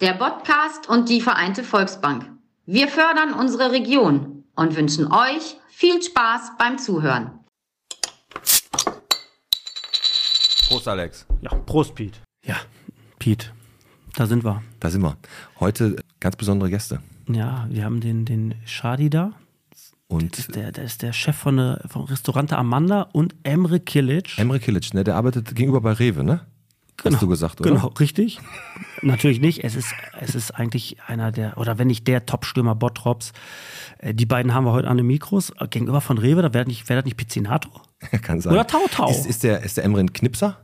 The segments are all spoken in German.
der Podcast und die Vereinte Volksbank. Wir fördern unsere Region und wünschen euch viel Spaß beim Zuhören. Prost, Alex. Ja, Prost, Piet. Ja, Piet, da sind wir. da sind wir. Heute ganz besondere Gäste. Ja, wir haben den, den Shadi da. Das Und ist der, der ist der Chef von der, vom Restaurante Amanda und Emre Kilic. Emre Kilic, ne, der arbeitet gegenüber bei Rewe, ne? Genau, Hast du gesagt, oder? Genau, richtig. Natürlich nicht. Es ist, es ist eigentlich einer der, oder wenn nicht der Top-Stürmer Bottrops. Äh, Die beiden haben wir heute an den Mikros. Gegenüber von Rewe, da wäre nicht, wär das nicht Pizzinato. Kann sein. Oder Tau Tau. Ist, ist, der, ist der Emre ein Knipser?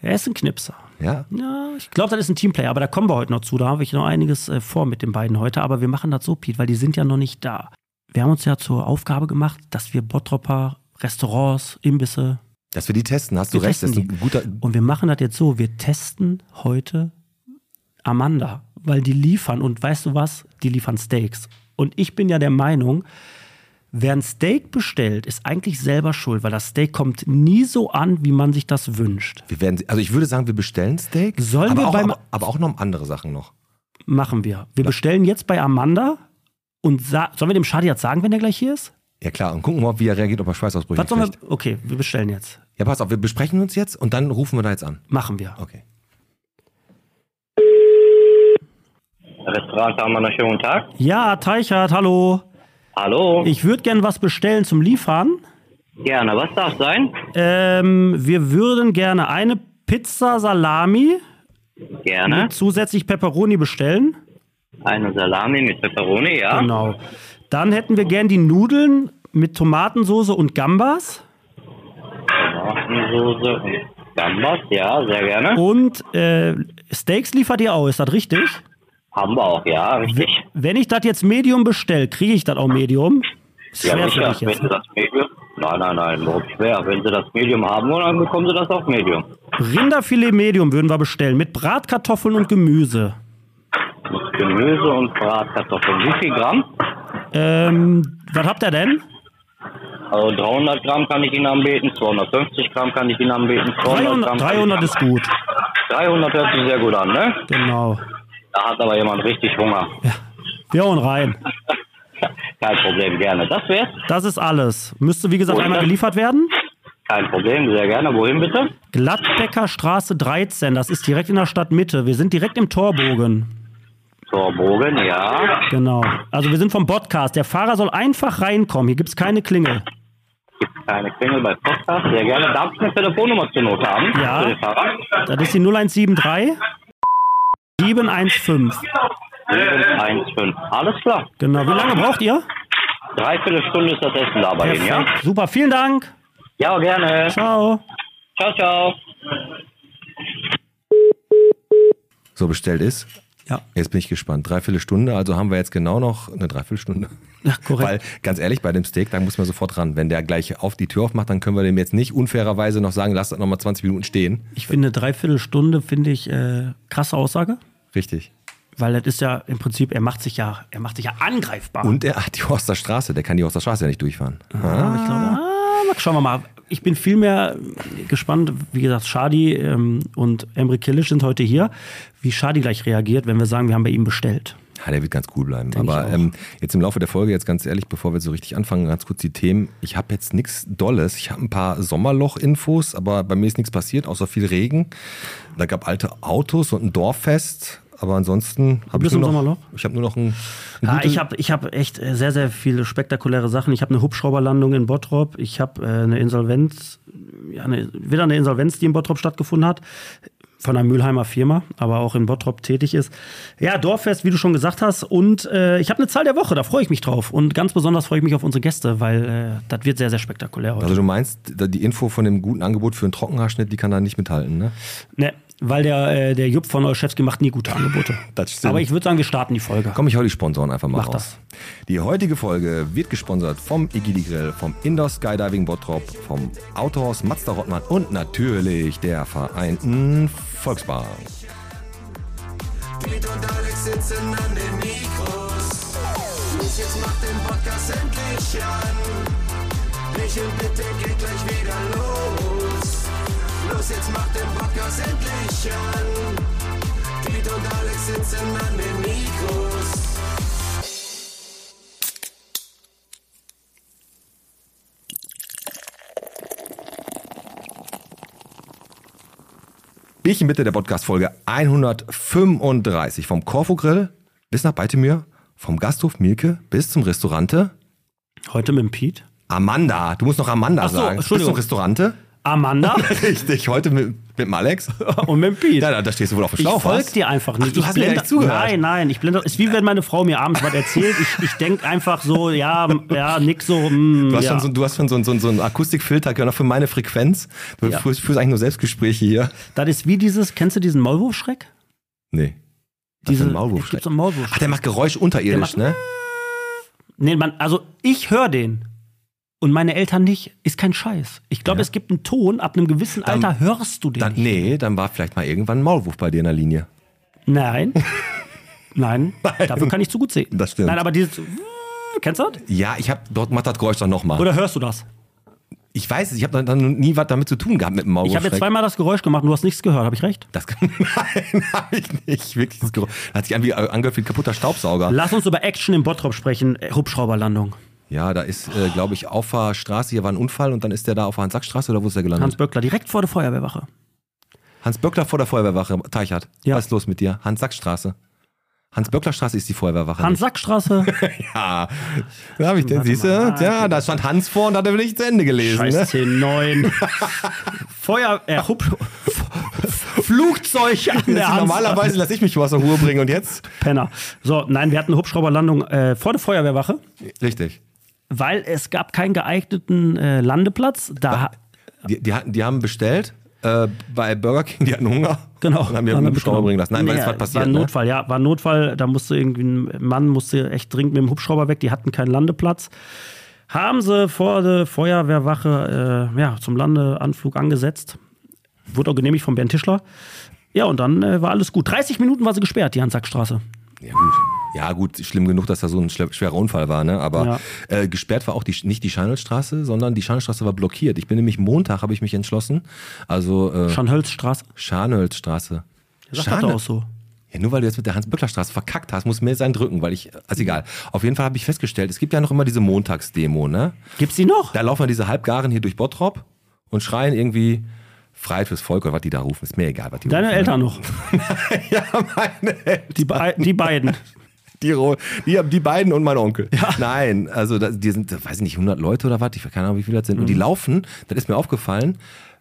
Er ist ein Knipser. Ja. Ja, ich glaube, das ist ein Teamplayer, aber da kommen wir heute noch zu. Da habe ich noch einiges äh, vor mit den beiden heute, aber wir machen das so, Piet, weil die sind ja noch nicht da. Wir haben uns ja zur Aufgabe gemacht, dass wir Bottropper, Restaurants, Imbisse Dass wir die testen, hast du Wir recht. Das ist testen ein guter. und wir machen das jetzt so, wir testen heute Amanda, weil die liefern und weißt du was, die liefern Steaks. Und ich bin ja der Meinung, wer ein Steak bestellt, ist eigentlich selber schuld, weil das Steak kommt nie so an, wie man sich das wünscht. Wir werden, also ich würde sagen, wir bestellen Steak. Sollen aber wir auch, beim- aber, aber auch noch andere Sachen noch. Machen wir. Wir bestellen jetzt bei Amanda und sa- sollen wir dem Schadi jetzt sagen, wenn er gleich hier ist? Ja klar, und gucken wir mal, wie er reagiert, ob er Schweißausbrüche Was sollen kriegt. wir? Okay, wir bestellen jetzt. Ja, pass auf, wir besprechen uns jetzt und dann rufen wir da jetzt an. Machen wir. Okay. Restaurant haben wir noch schönen guten Tag. Ja, Teichert, hallo. Hallo. Ich würde gern was bestellen zum Liefern. Gerne, was darf sein? Ähm, wir würden gerne eine Pizza Salami, Gerne. zusätzlich Pepperoni bestellen. Eine Salami mit Peperoni, ja. Genau. Dann hätten wir gern die Nudeln mit Tomatensoße und Gambas Tomatensoße und Gambas, ja, sehr gerne. und äh, Steaks liefert ihr auch, ist das richtig? Haben wir auch, ja, richtig. Wenn ich das jetzt Medium bestelle, kriege ich das auch Medium? Ist Ja, schwer für sicher, mich wenn jetzt. ne? Sie das Medium. Nein, nein, nein, überhaupt schwer. Wenn Sie das Medium haben wollen, dann bekommen Sie das auch Medium. Rinderfilet Medium würden wir bestellen mit Bratkartoffeln und Gemüse. Mit Gemüse und Bratkartoffeln. Wie viel Gramm? Ähm, was habt ihr denn? Also 300 Gramm kann ich Ihnen anbieten, 250 Gramm kann ich Ihnen anbieten, 200 Gramm. 300, 300 ist gut. 300 hört sich sehr gut an, ne? Genau. Da hat aber jemand richtig Hunger. Wir hauen rein. Kein Problem, gerne. Das wär's. Das ist alles. Müsste, wie gesagt, Und einmal dann- geliefert werden. Kein Problem, sehr gerne. Wohin bitte? Gladbecker Straße 13, das ist direkt in der Stadtmitte. Wir sind direkt im Torbogen. Zur Bogen, ja. Genau. Also wir sind vom Podcast. Der Fahrer soll einfach reinkommen. Hier gibt es keine Klingel. Keine Klingel bei Podcast, sehr gerne. Darf ich eine Telefonnummer zur Not haben? Ja. Für den Fahrer? Das ist die 0173 715. 715. Alles klar. Genau. Wie lange braucht ihr? Dreiviertel Stunde ist das Essen da bei Ihnen, ja? Perfekt. Super, vielen Dank. Ja, gerne. Ciao. Ciao, ciao. So bestellt ist. Ja. Jetzt bin ich gespannt. Dreiviertel Stunde, also haben wir jetzt genau noch eine Dreiviertelstunde. Ja, korrekt. Weil, ganz ehrlich, bei dem Steak, da muss man sofort ran. Wenn der gleich auf die Tür aufmacht, dann können wir dem jetzt nicht unfairerweise noch sagen, lass das nochmal 20 Minuten stehen. Ich finde, Dreiviertelstunde finde ich äh, krasse Aussage. Richtig. Weil das ist ja im Prinzip, er macht sich ja, er macht sich ja angreifbar. Und er hat die Horsterstraße, der kann die Horsterstraße ja nicht durchfahren. Ich glaube, ah, mal schauen wir mal. Ich bin viel mehr gespannt. Wie gesagt, Shadi ähm, und Emre Kilic sind heute hier. Wie Shadi gleich reagiert, wenn wir sagen, wir haben bei ihm bestellt. Ja, der wird ganz cool bleiben. Denk Aber ich auch. ähm, jetzt im Laufe der Folge, jetzt ganz ehrlich, bevor wir so richtig anfangen, ganz kurz die Themen. Ich habe jetzt nichts Dolles. Ich habe ein paar Sommerloch-Infos, aber bei mir ist nichts passiert, außer viel Regen. Da gab alte Autos und ein Dorffest. Aber ansonsten habe ich bist nur noch, im Sommerloch? Ich habe nur noch ein, ein Ah, gutes- ich habe ich hab echt äh, sehr, sehr viele spektakuläre Sachen. Ich habe eine Hubschrauberlandung in Bottrop. Ich habe äh, eine Insolvenz, ja, eine, wieder eine Insolvenz, die in Bottrop stattgefunden hat. Von einer Mülheimer Firma, aber auch in Bottrop tätig ist. Ja, Dorffest, wie du schon gesagt hast. Und äh, ich habe eine Zahl der Woche, da freue ich mich drauf. Und ganz besonders freue ich mich auf unsere Gäste, weil äh, das wird sehr, sehr spektakulär heute. Also du meinst, da- die Info von dem guten Angebot für einen Trockenhaarschnitt, die kann da nicht mithalten, ne? Ne, weil der, äh, der Jupp von Olszewski macht nie gute Angebote. Das stimmt. Aber ich würde sagen, wir starten die Folge. Komm, ich hau die Sponsoren einfach mal Mach raus. das. Die heutige Folge wird gesponsert vom Igili Grill, vom Indoor Skydiving Bottrop, vom Autohaus Mazda Rottmann und natürlich der Vereinten Volksbank. Piet und Alex sitzen an den Mikros. Bierchen bitte der Podcast-Folge 135 vom Corfu Grill bis nach Beitemir, vom Gasthof Mielke bis zum Restaurante Heute mit dem Pete. Amanda. Du musst noch Amanda Ach so, sagen. Bis zum Entschuldigung. Restaurante. Amanda Richtig, heute mit, mit dem Alex. und mit dem Pete. Ja, da, da stehst du wohl auf dem ich Schlauch. folge was? dir einfach nicht. Ach, du ich hast mir gar nicht zugehört. Nein, nein, ich blende. Ist wie wenn meine Frau mir abends was erzählt. Ich, ich denke einfach so, ja, m- ja, nix so. mm, Du hast, ja. schon so, du hast schon so, einen- so, einen- so einen Akustikfilter genau für meine Frequenz. Du Ja. führst, führst eigentlich nur Selbstgespräche hier. das ist wie dieses, kennst du diesen Maulwurfschreck? Nee. Diese, ein Maulwurf es gibt so einen Maulwurf. Ach, der macht Geräusch unterirdisch, Der ne? Nee, man, also ich höre den. Und meine Eltern nicht, ist kein Scheiß. Ich glaube, es gibt einen Ton, ab einem gewissen Alter hörst du den. Dann, nee, dann war vielleicht mal irgendwann ein Maulwurf bei dir in der Linie. Nein. Nein. Dafür kann ich zu gut sehen. Das stimmt. Nein, aber dieses. Kennst du das? Ja, ich habe dort macht das Geräusch doch nochmal. Oder hörst du das? Ich weiß es, ich habe dann, dann nie was damit zu tun gehabt mit dem Maulwurf. Ich habe jetzt zweimal das Geräusch gemacht und du hast nichts gehört, habe ich recht? Das kann, nein, habe ich nicht. Wirklich, das Geräusch. Hat sich an wie angehört wie ein kaputter Staubsauger. Lass uns über Action im Bottrop sprechen. Äh, Hubschrauberlandung. Ja, da ist, äh, glaube ich, auf der Straße, hier war ein Unfall und dann ist der da auf der Hans-Sack-Straße oder wo ist der gelandet? Hans Böckler, direkt vor der Feuerwehrwache. Hans Böckler vor der Feuerwehrwache, Teichert. Ja. Was ist los mit dir? Hans-Sack-Straße. Hans-Böckler-Straße ist die Feuerwehrwache. Hans-Sack-Straße. nicht. Ja, da habe ich den, Warte siehst du? mal. Ja, da stand Hans vor und hat er nicht zu Ende gelesen. Scheiß Ne? 10-9. Feuer. Äh, Hub, Flugzeug an der Hans- Normalerweise lasse ich mich was zur Ruhe bringen und jetzt? Penner. So, nein, wir hatten eine Hubschrauberlandung äh, vor der Feuerwehrwache, Richtig. weil es gab keinen geeigneten äh, Landeplatz. Da. ha- Die, die, hatten- die haben bestellt äh, bei Burger King, die hatten Hunger. Genau. Und haben mir einen Hubschrauber bringen lassen. Nein, weil Nee, es was passiert. War ein ne? Notfall, ja, war ein Notfall. Da musste irgendwie ein Mann musste echt dringend mit dem Hubschrauber weg. Die hatten keinen Landeplatz. Haben sie vor der Feuerwehrwache äh, ja, zum Landeanflug angesetzt. Wurde auch genehmigt von Bernd Tischler. Ja, und dann äh, war alles gut. 30 Minuten war sie gesperrt, die Hansackstraße. Ja gut. Ja gut, schlimm genug, dass da so ein schle- schwerer Unfall war, ne? Aber äh, gesperrt war auch die, nicht die Scheinelstraße, sondern die Scheinelstraße war blockiert. Ich bin nämlich Montag, habe ich mich entschlossen. Also äh, Schanhölzstraße. Schanelstraße. Sagt das doch auch so. Ja, nur weil du jetzt mit der Hans-Böckler-Straße verkackt hast, muss mehr sein drücken, weil ich, also egal. Auf jeden Fall habe ich festgestellt, es gibt ja noch immer diese Montagsdemo, ne? Gibt's die noch? Da laufen ja diese Halbgaren hier durch Bottrop und schreien irgendwie Freiheit fürs Volk oder was die da rufen. Ist mir egal, was die Deine rufen. ne? Eltern noch. Ja, meine Eltern. Die, bei, die beiden. Die, Ro- die, die beiden und mein Onkel. Nein, also das, die sind, das weiß ich nicht, 100 Leute oder was, ich keine Ahnung, wie viele das sind. Und die laufen, das ist mir aufgefallen,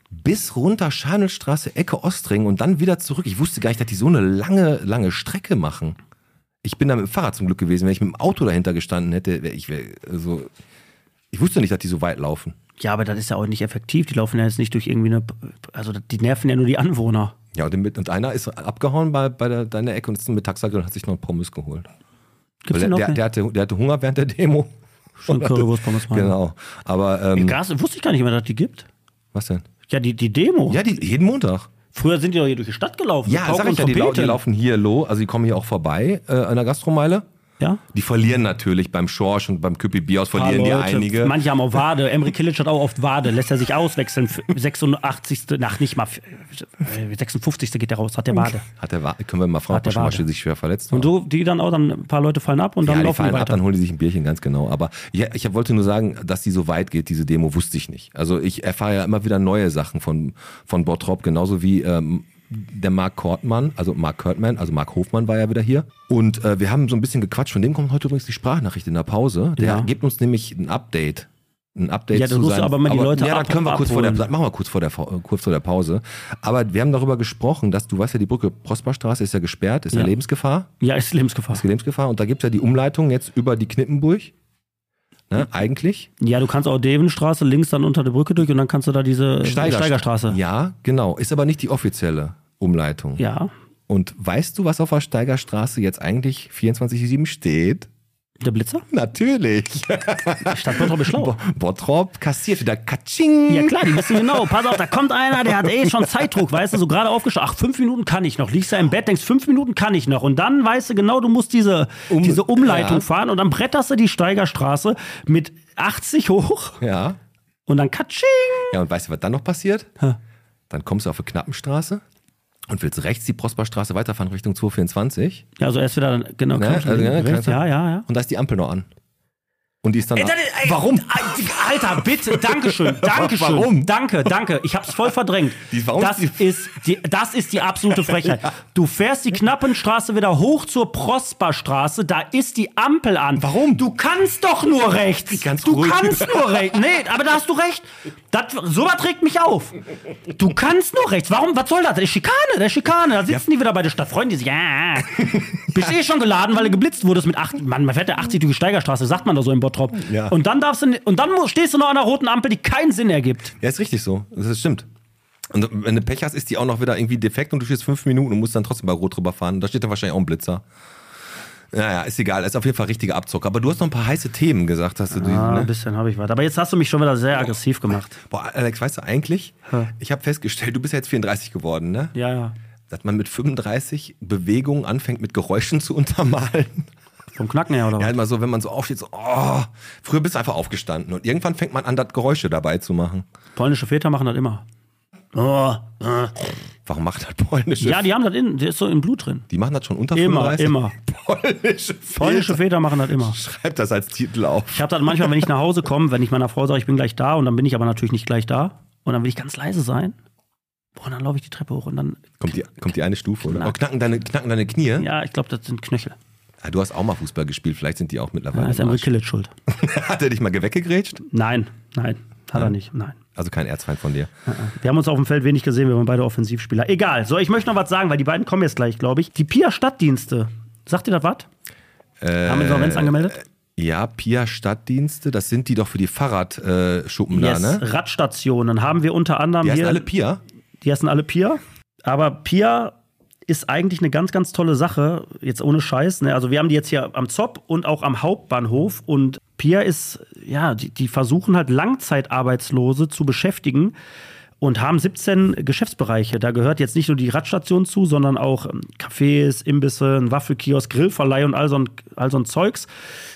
bis runter Schanelstraße, Ecke Ostring und dann wieder zurück. Ich wusste gar nicht, dass die so eine lange, lange Strecke machen. Ich bin da mit dem Fahrrad zum Glück gewesen. Wenn ich mit dem Auto dahinter gestanden hätte, wäre ich wär, so. Ich wusste nicht, dass die so weit laufen. Ja, aber das ist ja auch nicht effektiv. Die laufen ja jetzt nicht durch irgendwie eine. Also die nerven ja nur die Anwohner. Ja, und, dem- und einer ist abgehauen bei, bei der, deiner Ecke und ist mit Taxa und hat sich noch einen Pommes geholt. Gibt's Weil die noch? der, der, hatte, der hatte Hunger während der Demo. Schon Currywurst-Pommes machen. Genau. Aber ähm, Krass, wusste ich gar nicht mehr, dass die gibt. was denn? Ja, die, die Demo. Ja, die, jeden Montag. Früher sind die doch hier durch die Stadt gelaufen. Ja, mit sag Pauken ich ja, die, und lau die Trompeten. laufen hier low, also die kommen hier auch vorbei äh, an der Gastromeile. Ja? Die verlieren natürlich beim Schorsch und beim Küppi Bios verlieren die Paar Leute. einige. Manche haben auch Wade. Emre Kilic hat auch oft Wade. Lässt er sich auswechseln. F- 86. Nach nicht mal. f- äh, 56. geht er raus. Hat der Wade. Hat der, Wa- können wir mal fragen, Hat ob er der schon mal Wade. sich schwer verletzt Und war. so, die dann auch dann ein paar Leute fallen ab und dann ja, die laufen die fallen ab, weiter. dann holen die sich ein Bierchen, ganz genau. Aber ja, ich wollte nur sagen, dass die so weit geht, diese Demo, wusste ich nicht. Also ich erfahre ja immer wieder neue Sachen von, von Bottrop, genauso wie ähm, der Mark Kortmann, also Mark Kurtmann, also Mark Hofmann war ja wieder hier. Und äh, wir haben so ein bisschen gequatscht. Von dem kommt heute übrigens die Sprachnachricht in der Pause. Der Ja. gibt uns nämlich ein Update. Ein Update Ja, du zu musst sein. aber mal die Leute Ja, dann ab- können wir kurz vor der, abholen. machen wir kurz vor der, Fa- äh, kurz vor der Pause. Aber wir haben darüber gesprochen, dass du weißt ja, die Brücke Prosperstraße ist ja gesperrt, ist ja Ja. Lebensgefahr. ja, ist Lebensgefahr. Ist Lebensgefahr. Und da gibt es ja die Umleitung jetzt über die Knippenburg. Mhm. Ne, eigentlich. Ja, du kannst auch Devenstraße links dann unter der Brücke durch und dann kannst du da diese Steigerstra- Steigerstraße. Ja, genau. Ist aber nicht die offizielle Umleitung. ja. Und weißt du, was auf der Steigerstraße jetzt eigentlich 24-7 steht? Der Blitzer? Natürlich. Stadt Bottrop ist schlau. Bo- Bottrop kassiert wieder Katsching. Oh. Ja klar, die wissen genau. Pass auf, da kommt einer, der hat eh schon Zeitdruck, weißt du, so gerade aufgestanden. Ach, fünf Minuten kann ich noch. Liegst du im Bett, denkst, fünf Minuten kann ich noch. Und dann weißt du genau, du musst diese, diese Umleitung Um- ja. fahren und dann bretterst du die Steigerstraße mit 80 hoch Ja. und dann katsching. Ja, und weißt du, was dann noch passiert? Dann kommst du auf eine Knappenstraße und willst rechts die Prosperstraße weiterfahren Richtung 224. Ja, also erst wieder, dann- genau, Ne? kam schon Also, ja, rechts, kann- ja, ja, ja. Und da ist die Ampel noch an. Und die ist dann. Ey, an. das ist- ey, Warum? Alter, bitte, Dankeschön, Dankeschön. Warum? Danke, danke. Ich hab's voll verdrängt. Die- warum das, ist ist die, das ist die absolute Frechheit. Du fährst die Knappenstraße wieder hoch zur Prosperstraße, da ist die Ampel an. Warum? Du kannst doch nur rechts. Ganz du ruhig. kannst nur rechts. Nee, aber da hast du recht. Das, sowas regt mich auf. Du kannst nur rechts. Warum? Was soll das? Das ist Schikane, der Schikane. Da sitzen die wieder bei der Stadt. Freuen die sich. Ja. Bist eh schon geladen, weil du geblitzt wurdest mit 80. Mann, man fährt ja 80 durch die Steigerstraße, sagt man da so im Bottrop. Ja. Und dann darfst du ni- und dann mu- stehst du noch an einer roten Ampel, die keinen Sinn ergibt. Ja, ist richtig so. Das ist- stimmt. Und wenn du Pech hast, ist die auch noch wieder irgendwie defekt und du stehst fünf Minuten und musst dann trotzdem bei Rot drüber fahren. Da steht dann wahrscheinlich auch ein Blitzer. Naja, ist egal. Ist auf jeden Fall richtiger Abzock. Aber du hast noch ein paar heiße Themen gesagt, hast du. Die, Ah, ein ne? bisschen habe ich was. Aber jetzt hast du mich schon wieder sehr aggressiv gemacht. Boah, Alex, weißt du eigentlich, ich habe festgestellt, du bist ja jetzt 34 geworden, ne? Ja, ja. Dass man mit 35 Bewegungen anfängt, mit Geräuschen zu untermalen. Vom Knacken her oder Ja, was? halt mal so, wenn man so aufsteht, so, oh, früher bist du einfach aufgestanden. Und irgendwann fängt man an, das Geräusche dabei zu machen. Polnische Väter machen das immer. Oh, äh. Warum macht das polnische? Ja, die haben das in, das ist so im Blut drin. die machen das schon unter Immer, 35? immer. Polnische Polnische Väter machen das immer. Schreib das als Titel auf. Ich habe das manchmal, wenn ich nach Hause komme, wenn ich meiner Frau sage, ich bin gleich da und dann bin ich aber natürlich nicht gleich da und dann will ich ganz leise sein. Boah, und dann laufe ich die Treppe hoch und dann. Kommt die, kommt die eine Stufe, oder? Knack. Oh, knacken, deine, knacken deine Knie? Ja, ich glaube, das sind Knöchel. Ah, du hast auch mal Fußball gespielt, vielleicht sind die auch Da mittlerweile. ist im Emre Arsch. Kilic schuld. Hat er dich mal weggegrätscht? Nein, nein, hat er nicht. Nein. Also kein Erzfeind von dir. Wir haben uns auf dem Feld wenig gesehen, wir waren beide Offensivspieler. Egal. So, ich möchte noch was sagen, weil die beiden kommen jetzt gleich, glaube ich. Die Pia Stadtdienste. Sagt ihr das was? Äh, Haben Insolvenz angemeldet? Ja, Pia Stadtdienste, das sind die doch für die Fahrradschuppen Yes. da, ne? Radstationen haben wir unter anderem Die heißen hier. alle Pia. Die heißen alle Pia. Aber Pia ist eigentlich eine ganz, ganz tolle Sache, jetzt ohne Scheiß. Ne? Also wir haben die jetzt hier am Zopp und auch am Hauptbahnhof. Und Pia ist, ja, die, die versuchen halt Langzeitarbeitslose zu beschäftigen und haben 17 Geschäftsbereiche. Da gehört jetzt nicht nur die Radstation zu, sondern auch ähm, Cafés, Imbisse, ein Waffelkiosk, Grillverleih und all so ein, all so ein Zeugs.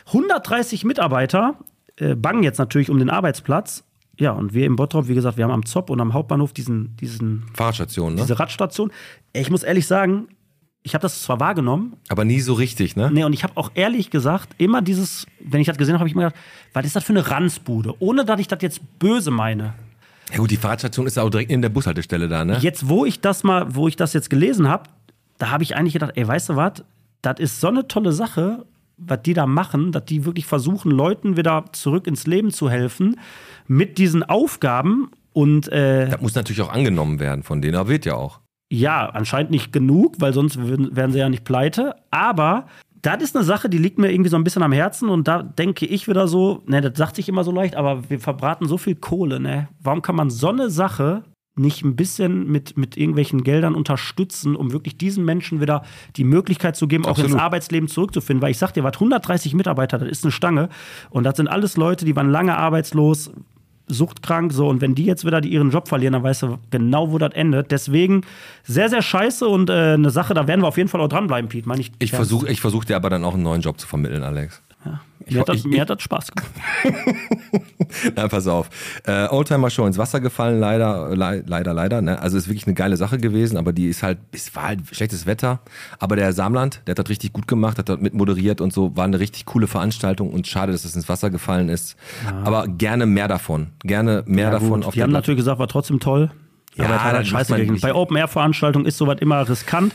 130 Mitarbeiter äh, bangen jetzt natürlich um den Arbeitsplatz. Ja, und wir im Bottrop, wie gesagt, wir haben am Zopp und am Hauptbahnhof diesen, diesen Fahrradstation, ne? diese Radstation. Ey, Ich muss ehrlich sagen, ich habe das zwar wahrgenommen, Aber nie so richtig, ne? nee, und ich habe auch ehrlich gesagt immer dieses, wenn ich das gesehen habe, habe ich mir gedacht, was ist das für eine Ranzbude? Ohne dass ich das jetzt böse meine. Ja gut, die Fahrradstation ist ja auch direkt in der Bushaltestelle da, ne? Jetzt, wo ich das mal, wo ich das jetzt gelesen habe, da habe ich eigentlich gedacht, ey, weißt du was, das ist so eine tolle Sache, was die da machen, dass die wirklich versuchen, Leuten wieder zurück ins Leben zu helfen mit diesen Aufgaben. Und äh, Das muss natürlich auch angenommen werden von denen, aber wird ja auch. Ja, anscheinend nicht genug, weil sonst würden- wären sie ja nicht pleite. Aber das ist eine Sache, die liegt mir irgendwie so ein bisschen am Herzen und da denke ich wieder so, ne, das sagt sich immer so leicht, aber wir verbraten so viel Kohle, ne? Warum kann man so eine Sache nicht ein bisschen mit, mit irgendwelchen Geldern unterstützen, um wirklich diesen Menschen wieder die Möglichkeit zu geben, auch ins Absolut. Arbeitsleben zurückzufinden? Weil ich sag dir, was 130 Mitarbeiter, das ist eine Stange und das sind alles Leute, die waren lange arbeitslos, suchtkrank so und wenn die jetzt wieder die ihren Job verlieren, dann weißt du genau, wo das endet. Deswegen sehr, sehr scheiße und äh, eine Sache, da werden wir auf jeden Fall auch dranbleiben, Pete. Meine ich Ich ja, versuche ich versuch dir aber dann auch einen neuen Job zu vermitteln, Alex. Mir, hat das- ich- mir hat das Spaß gemacht. Na, pass auf. Äh, Oldtimer Show ins Wasser gefallen, leider, le leider, leider. Ne? Also ist wirklich eine geile Sache gewesen, aber die ist halt, es war halt schlechtes Wetter. Aber der Samland, der hat das richtig gut gemacht, hat das mit moderiert und so, war eine richtig coole Veranstaltung und schade, dass es ins Wasser gefallen ist. Aber gerne mehr davon. Gerne mehr davon Gut, auf die der haben Platte. natürlich gesagt, war trotzdem toll. Ja, aber das war das halt muss scheiße man gegen. nicht. Bei Open-Air-Veranstaltungen ist sowas immer riskant.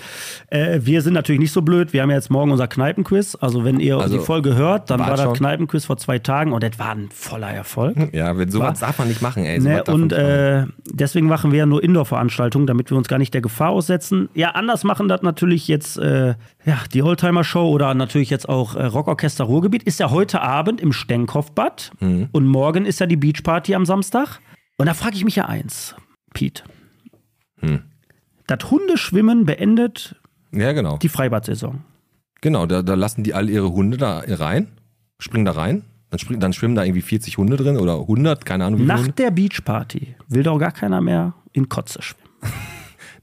Äh, wir sind natürlich nicht so blöd. Wir haben ja jetzt morgen unser Kneipenquiz. Also, wenn ihr Also, die Folge hört, dann war war das schon. Kneipenquiz vor zwei Tagen und das war ein voller Erfolg. Ja, wenn sowas darf man nicht machen, ey. Ne, sowas darf man und nicht machen. äh, deswegen machen wir ja nur Indoor-Veranstaltungen, damit wir uns gar nicht der Gefahr aussetzen. Ja, anders machen das natürlich jetzt äh, ja, die Oldtimer-Show oder natürlich jetzt auch äh, Rockorchester Ruhrgebiet. Ist ja heute Abend im Stenkopfbad und morgen ist ja die Beachparty am Samstag. Und da frage ich mich ja eins, Pete. Das Hundeschwimmen beendet ja, genau. äh, die Freibadsaison. Genau, da, da lassen die all ihre Hunde da rein, springen da rein, dann, springen, dann schwimmen da irgendwie 40 Hunde drin oder 100, keine Ahnung wie viele Nach Hunde. der Beachparty will doch gar keiner mehr in Kotze schwimmen.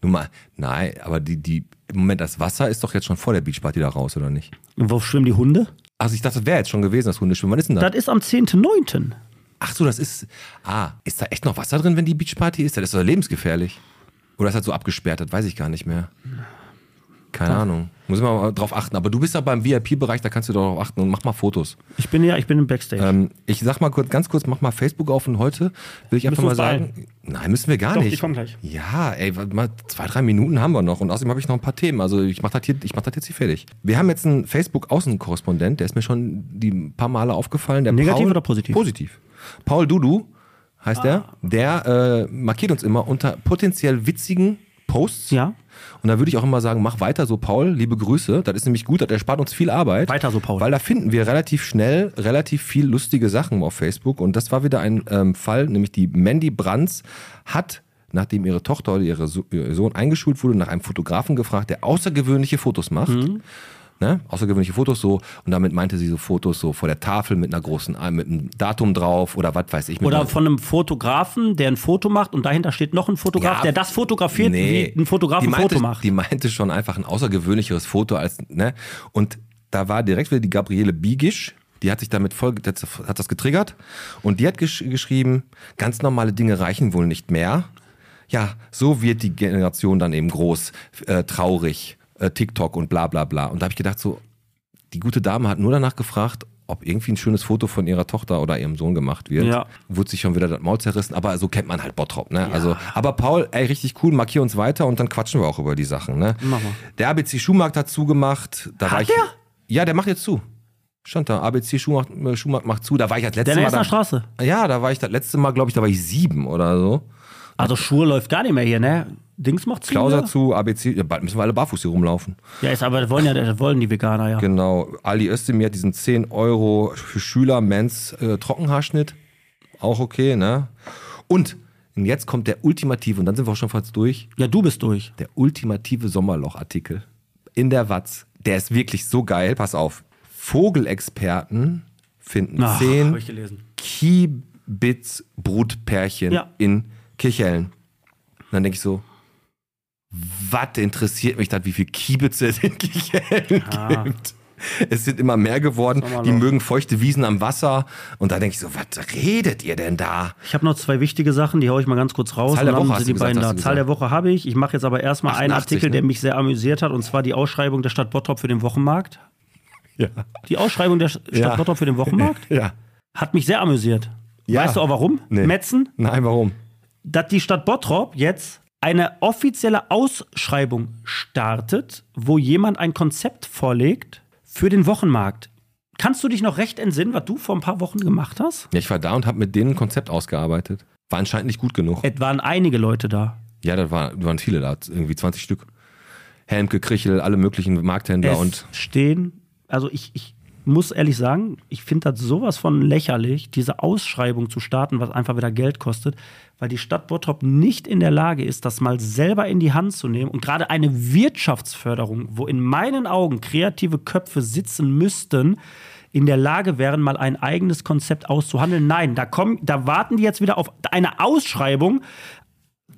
Nun mal, nein, aber die, die, im Moment, das Wasser ist doch jetzt schon vor der Beachparty da raus, oder nicht? Wo schwimmen die Hunde? Also ich dachte, das wäre jetzt schon gewesen, das Hundeschwimmen. Wann ist denn das? Das ist am 10.9. Ach so, das ist, ah, ist da echt noch Wasser drin, wenn die Beachparty ist? Das ist doch lebensgefährlich. Oder ist das so abgesperrt? Das weiß ich gar nicht mehr. Keine Ahnung. Muss ich mal drauf achten. Aber du bist ja beim VIP-Bereich, da kannst du darauf achten und mach mal Fotos. Ich bin ja, ich bin im Backstage. Ähm, ich sag mal kurz, ganz kurz, mach mal Facebook auf und heute will ich einfach Müssen wir mal uns sagen. Nein, müssen wir gar Doch, nicht. ich komm gleich. Ja, ey, warte mal zwei, drei Minuten haben wir noch und außerdem habe ich noch ein paar Themen. Also ich mach das hier, ich mach das jetzt hier fertig. Wir haben jetzt einen Facebook-Außenkorrespondent, der ist mir schon die paar Male aufgefallen. Der Negativ Paul, oder positiv? Ah. Positiv. Paul Dudu heißt der. Der äh, markiert uns immer unter potenziell witzigen Posts. Ja. Und da würde ich auch immer sagen, mach weiter so, Paul. Liebe Grüße. Das ist nämlich gut, das erspart uns viel Arbeit. Weiter so, Paul. Weil da finden wir relativ schnell relativ viel lustige Sachen auf Facebook. Und das war wieder ein ähm, Fall, nämlich die Mandy Brands hat, nachdem ihre Tochter oder ihre so ihr Sohn eingeschult wurde, nach einem Fotografen gefragt, der außergewöhnliche Fotos macht. Mhm. Ne? Außergewöhnliche Fotos so. Und damit meinte sie so Fotos so vor der Tafel mit einer großen, mit einem Datum drauf oder was weiß ich. Mit Oder einer- von einem Fotografen, der ein Foto macht und dahinter steht noch ein Fotograf, Ja. der das fotografiert, Nee. wie ein Fotograf die ein meinte, Foto macht. Die meinte schon einfach ein außergewöhnlicheres Foto als, ne? Und da war direkt wieder die Gabriele Biegisch, die hat sich damit voll, das- hat das getriggert und die hat gesch geschrieben, ganz normale Dinge reichen wohl nicht mehr. Ja, so wird die Generation dann eben groß, äh, traurig, äh, TikTok und bla bla bla. Und da habe ich gedacht so, die gute Dame hat nur danach gefragt, ob irgendwie ein schönes Foto von ihrer Tochter oder ihrem Sohn gemacht wird. Ja. Wurde sich schon wieder das Maul zerrissen, aber so kennt man halt Bottrop, ne? Also, aber Paul, ey, richtig cool, markier uns weiter und dann quatschen wir auch über die Sachen, ne? Mach mal. Der ABC Schuhmarkt hat zugemacht. Da Hat war ich, der? Ja, der macht jetzt zu. Stand da, ABC Schuhmarkt, äh, Schuhmarkt macht zu. Da war ich das letzte der in der Mal. Essener Da, Straße. ja, da war ich das letzte Mal, glaube ich, da war ich sieben oder so. Also Schur läuft gar nicht mehr hier, ne? Dings macht zu. Klauser ne? zu, ABC, ja, bald müssen wir alle barfuß hier rumlaufen. Ja, ist aber das wollen ja, das wollen die Veganer ja. Genau. Ali Özdemir hat diesen 10 Euro für Schüler Mens äh, Trockenhaarschnitt. Auch okay, ne? Und, und jetzt kommt der ultimative, und dann sind wir auch schon fast durch, Ja, du bist durch. der ultimative Sommerlochartikel in der Watz. Der ist wirklich so geil. Pass auf. Vogelexperten finden Ach, hab 10 ich gelesen. Kiebitz-Brutpärchen Ja. in Kirchhellen. Und dann denke ich so, was interessiert mich das, wie viel Kiebitze es in Kirchhellen Ah. gibt? Es sind immer mehr geworden, die mögen feuchte Wiesen am Wasser. Und da denke ich so, was redet ihr denn da? Ich habe noch zwei wichtige Sachen, die haue ich mal ganz kurz raus. Zahl der und Woche dann hast sind du die gesagt, beiden hast da. du Zahl der Woche habe ich. Ich mache jetzt aber erstmal einen 88, Artikel, ne? der mich sehr amüsiert hat, und zwar die Ausschreibung der Stadt Bottrop für den Wochenmarkt. Ja. Die Ausschreibung der Stadt Ja. Bottrop für den Wochenmarkt Ja. hat mich sehr amüsiert. Ja. Weißt du auch warum? Nee. Metzen, Nein, warum? dass die Stadt Bottrop jetzt eine offizielle Ausschreibung startet, wo jemand ein Konzept vorlegt für den Wochenmarkt. Kannst du dich noch recht entsinnen, was du vor ein paar Wochen gemacht hast? Ja, ich war da und habe mit denen ein Konzept ausgearbeitet. War anscheinend nicht gut genug. Es waren einige Leute da. Ja, da waren, waren viele da, irgendwie 20 Stück. Helmke, Krichel, alle möglichen Markthändler es und stehen, also ich, ich muss ehrlich sagen, ich finde das sowas von lächerlich, diese Ausschreibung zu starten, was einfach wieder Geld kostet, weil die Stadt Bottrop nicht in der Lage ist, das mal selber in die Hand zu nehmen. Und gerade eine Wirtschaftsförderung, wo in meinen Augen kreative Köpfe sitzen müssten, in der Lage wären, mal ein eigenes Konzept auszuhandeln. Nein, da kommen, da warten die jetzt wieder auf eine Ausschreibung.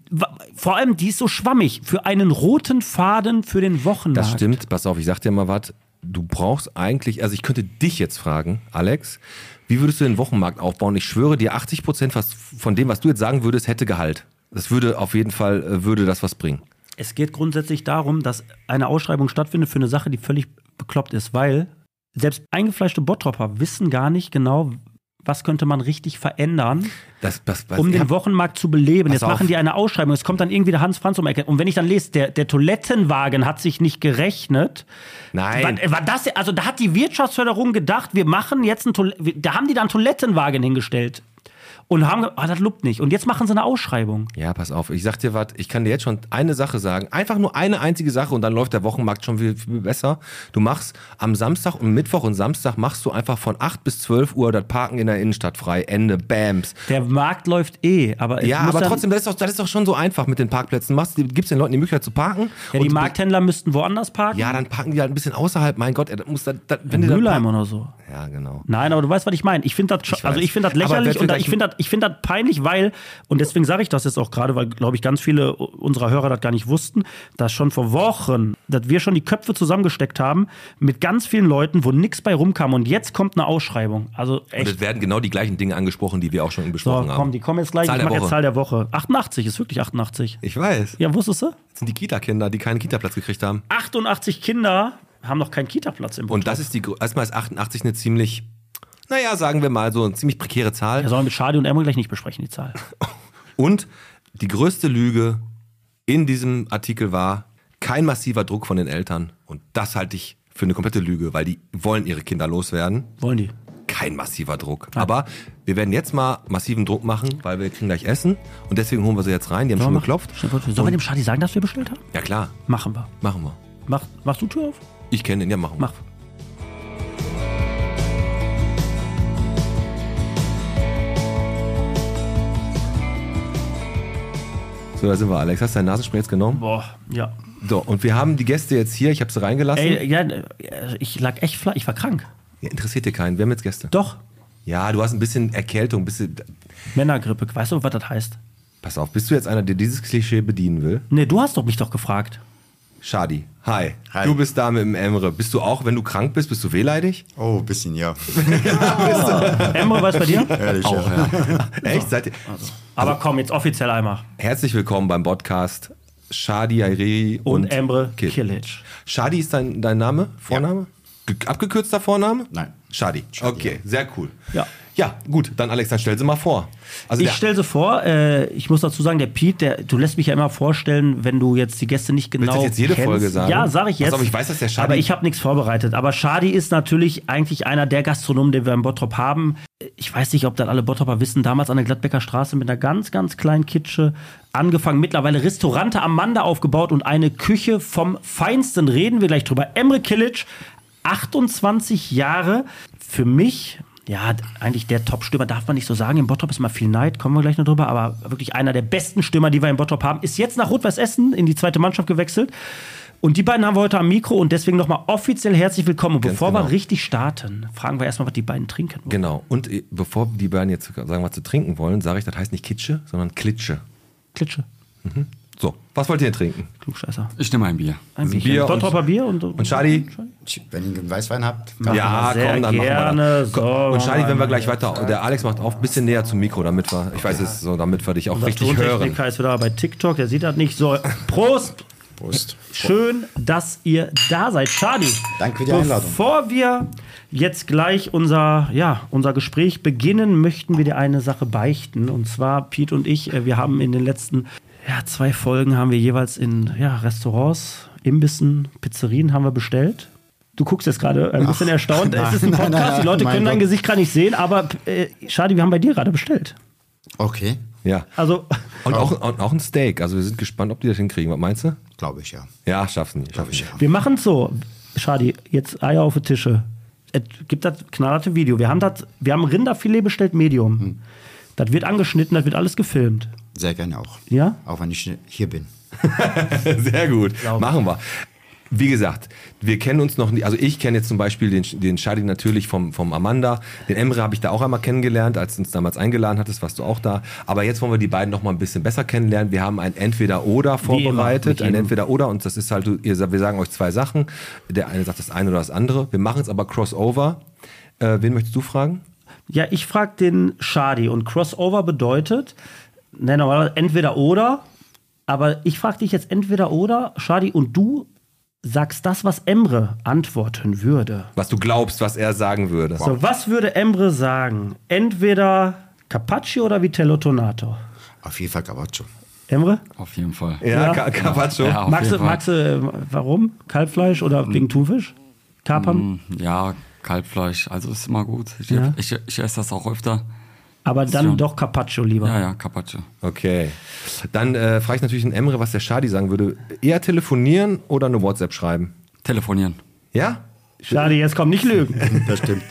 Wa- Vor allem, die ist so schwammig für einen roten Faden für den Wochenmarkt. Das stimmt, pass auf, ich sag dir mal was. Du brauchst eigentlich, also ich könnte dich jetzt fragen, Alex, wie würdest du den Wochenmarkt aufbauen? Ich schwöre dir, 80 Prozent von dem, was du jetzt sagen würdest, hätte Gehalt. Das würde auf jeden Fall, äh, würde das was bringen. Es geht grundsätzlich darum, dass eine Ausschreibung stattfindet für eine Sache, die völlig bekloppt ist, weil selbst eingefleischte Bottropper wissen gar nicht genau, was könnte man richtig verändern, Das, das, das, um Also ich den hab- Wochenmarkt zu beleben. Pass Jetzt auf. machen die eine Ausschreibung, es kommt dann irgendwie der Hans Franz um die Ecke. Und wenn ich dann lese, der, der Toilettenwagen hat sich nicht gerechnet, Nein, war, war das, also da hat die Wirtschaftsförderung gedacht, wir machen jetzt einen Toil da haben die dann Toilettenwagen hingestellt und haben, ge- ah, das lupt nicht. Und jetzt machen sie eine Ausschreibung. ja, pass auf, ich sag dir was, ich kann dir jetzt schon eine Sache sagen, einfach nur eine einzige Sache und dann läuft der Wochenmarkt schon viel, viel besser. Du machst am Samstag und Mittwoch und Samstag machst du einfach von 8 bis 12 Uhr das Parken in der Innenstadt frei, Ende, Bams. Der Markt läuft eh, aber es Ja, muss aber dann, trotzdem, das ist, doch, das ist doch schon so einfach mit den Parkplätzen. Machst, gibst den Leuten die Möglichkeit zu parken. Ja, die und- Markthändler müssten woanders parken. Ja, dann parken die halt ein bisschen außerhalb. Mein Gott, ey, das muss da, da, wenn in du da Mülheim park- oder so. Ja, genau. Nein, aber du weißt, was ich meine. Ich finde das, scho- Ich weiß. also ich finde das Aber lächerlich wird und da, vielleicht- ich finde das, ich finde das peinlich, weil und deswegen sage ich das jetzt auch gerade, weil glaube ich ganz viele unserer Hörer das gar nicht wussten, dass schon vor Wochen, dass wir schon die Köpfe zusammengesteckt haben mit ganz vielen Leuten, wo nichts bei rumkam und jetzt kommt eine Ausschreibung. Also Und echt. es werden genau die gleichen Dinge angesprochen, die wir auch schon So, besprochen komm, haben. die kommen jetzt gleich. Zahl ich der mache jetzt Woche. Zahl der Woche. 88 ist wirklich 88. Ich weiß. Ja, wusstest du? Das sind die Kita-Kinder, die keinen Kita-Platz gekriegt haben. 88 Kinder haben noch keinen Kita-Platz im Und das ist die, gro- erstmal ist 88 eine ziemlich, naja, sagen wir mal so, eine ziemlich prekäre Zahl. Ja, sollen wir mit Schadi und Emre gleich nicht besprechen, die Zahl. Und die größte Lüge in diesem Artikel war kein massiver Druck von den Eltern. Und das halte ich für eine komplette Lüge, weil die wollen ihre Kinder loswerden. Wollen die? Kein massiver Druck. Aber wir werden jetzt mal massiven Druck machen, weil wir kriegen gleich Essen. Und deswegen holen wir sie jetzt rein. Die haben schon Sollen wir- geklopft. Sollen wir dem Schadi sagen, dass wir bestellt haben? Ja klar, Machen wir. machen wir. Mach, machst du Tür auf? Ich kenne den, ja machen wir. Mach. So, da sind wir, Alex. Hast du dein Nasenspray jetzt genommen? Boah, ja. So, und wir haben die Gäste jetzt hier. Ich habe sie reingelassen. Ey, ja, äh, ich lag echt flach. Ich war krank. Ja, interessiert dir keinen. Wir haben jetzt Gäste. Doch. Ja, du hast ein bisschen Erkältung. ein bisschen, Männergrippe. Weißt du, was das heißt? pass auf, bist du jetzt einer, der dieses Klischee bedienen will? Nee, du hast doch mich doch gefragt. Shadi, hi. Hi. Du bist da mit dem Emre. Bist du auch, wenn du krank bist, bist du wehleidig? Oh, ein bisschen, ja. Emre, was bei dir? Ehrlich, ja. Echt? Seid ihr? Aber komm, jetzt offiziell einmal. Herzlich willkommen beim Podcast Shadi Aireri Und, und, Emre Kid. Kilic. Shadi ist dein, dein Name? Vorname? Ge- Abgekürzter Vorname? Nein. Shadi. okay, sehr cool. Ja. Ja, gut, dann Alex, dann stell sie mal vor. Also Ich der- stelle sie vor, äh, ich muss dazu sagen, der Piet, der, du lässt mich ja immer vorstellen, wenn du jetzt die Gäste nicht genau Willst du das jetzt jede kennst. Folge sagen? Ja, sage ich Pass jetzt. auf, ich weiß, dass der Schadi- Aber ich habe nichts vorbereitet. Aber Schadi ist natürlich eigentlich einer der Gastronomen, den wir im Bottrop haben. Ich weiß nicht, ob das alle Bottroper wissen. Damals an der Gladbecker Straße mit einer ganz, ganz kleinen Kitsche angefangen. Mittlerweile Restaurante am Mande aufgebaut und eine Küche vom Feinsten. Reden wir gleich drüber. Emre Kilic, 28 Jahre. Für mich, ja, eigentlich der Top-Stürmer, darf man nicht so sagen. Im Bottrop ist mal viel Neid, kommen wir gleich noch drüber. Aber wirklich einer der besten Stürmer, die wir im Bottrop haben, ist jetzt nach Rot-Weiß Essen in die zweite Mannschaft gewechselt. Und die beiden haben wir heute am Mikro und deswegen nochmal offiziell herzlich willkommen. Und Ganz bevor genau. wir richtig starten, fragen wir erstmal, was die beiden trinken. wollen. Genau. Und äh, bevor die beiden jetzt sagen wir mal, zu trinken wollen, sage ich, das heißt nicht Kitsche, sondern Klitsche. Klitsche, So, was wollt ihr denn trinken? Klugscheißer. Ich nehme ein Bier. Ein Bier Bierchen. und- Bottropper Bier und, Und Shadi? Wenn ihr einen Weißwein habt, Ja, wir sehr komm, dann machen wir gerne. das. Komm, und So, Shadi, wenn wir Mann. gleich weiter. Der Alex macht auf ein bisschen näher zum Mikro, damit wir, ich weiß es so, damit wir dich auch Unser richtig hören. Tontechniker ist wieder bei TikTok, der sieht das nicht. So, Prost! Prost. Schön, dass ihr da seid. Schadi. Danke für die Einladung. Bevor wir jetzt gleich unser, ja, unser Gespräch beginnen, möchten wir dir eine Sache beichten. Und zwar, Pete und ich, äh, wir haben in den letzten ja, zwei Folgen haben wir jeweils in ja, Restaurants, Imbissen, Pizzerien haben wir bestellt. Du guckst jetzt gerade äh, ein bisschen erstaunt. es ist ein nein, Podcast, nein, die Leute mein können dein Gott. Gesicht gerade nicht sehen, aber äh, Schadi, wir haben bei dir gerade bestellt. Okay, Ja. Also, Und auch, und auch ein Steak. Also wir sind gespannt, ob die das hinkriegen. Was meinst du? glaube ich, ja. Ja, schaff's nicht. Schaff Glaube ich, nicht. ja. Wir machen so. Schadi, jetzt Eier auf die Tische. Es gibt das knallharte Video. Wir haben, das, wir haben Rinderfilet bestellt, Medium. Das wird angeschnitten, das wird alles gefilmt. Sehr gerne auch. Ja? Auch wenn ich hier bin. Sehr gut. Machen wir. Wie gesagt, wir kennen uns noch nicht. Also ich kenne jetzt zum Beispiel den, den Shadi natürlich vom, vom Amanda. Den Emre habe ich da auch einmal kennengelernt, als du uns damals eingeladen hattest, warst du auch da. Aber jetzt wollen wir die beiden noch mal ein bisschen besser kennenlernen. Wir haben ein Entweder-Oder immer, vorbereitet. mit Ein jedem. Entweder-Oder und das ist halt, ihr, wir sagen euch zwei Sachen. Der eine sagt das eine oder das andere. Wir machen es aber Crossover. Äh, wen möchtest du fragen? Ja, ich frage den Schadi. Und Crossover bedeutet, ne, normalerweise entweder oder. Aber ich frage dich jetzt entweder oder, Schadi, und du sagst das, was Emre antworten würde. Was du glaubst, was er sagen würde. So, was würde Emre sagen? Entweder Carpaccio oder Vitello Tonato? Auf jeden Fall Gabaccio. Emre? Auf jeden Fall. Ja, Ja. Ka- Carpaccio. Ja, auf Magst du, jeden Fall. magst du, äh, warum? Kalbfleisch oder Hm. wegen Thunfisch? Kapern? Ja, Kalbfleisch. Also ist immer gut. Ich, Ja. ich, ich esse das auch öfter. Aber dann schon- doch Carpaccio lieber. Ja, ja, Carpaccio. Okay. Dann äh, frage ich natürlich den Emre, was der Shadi sagen würde. Eher telefonieren oder eine WhatsApp schreiben? Telefonieren. Ja? Schade, jetzt komm, nicht lügen. Das stimmt.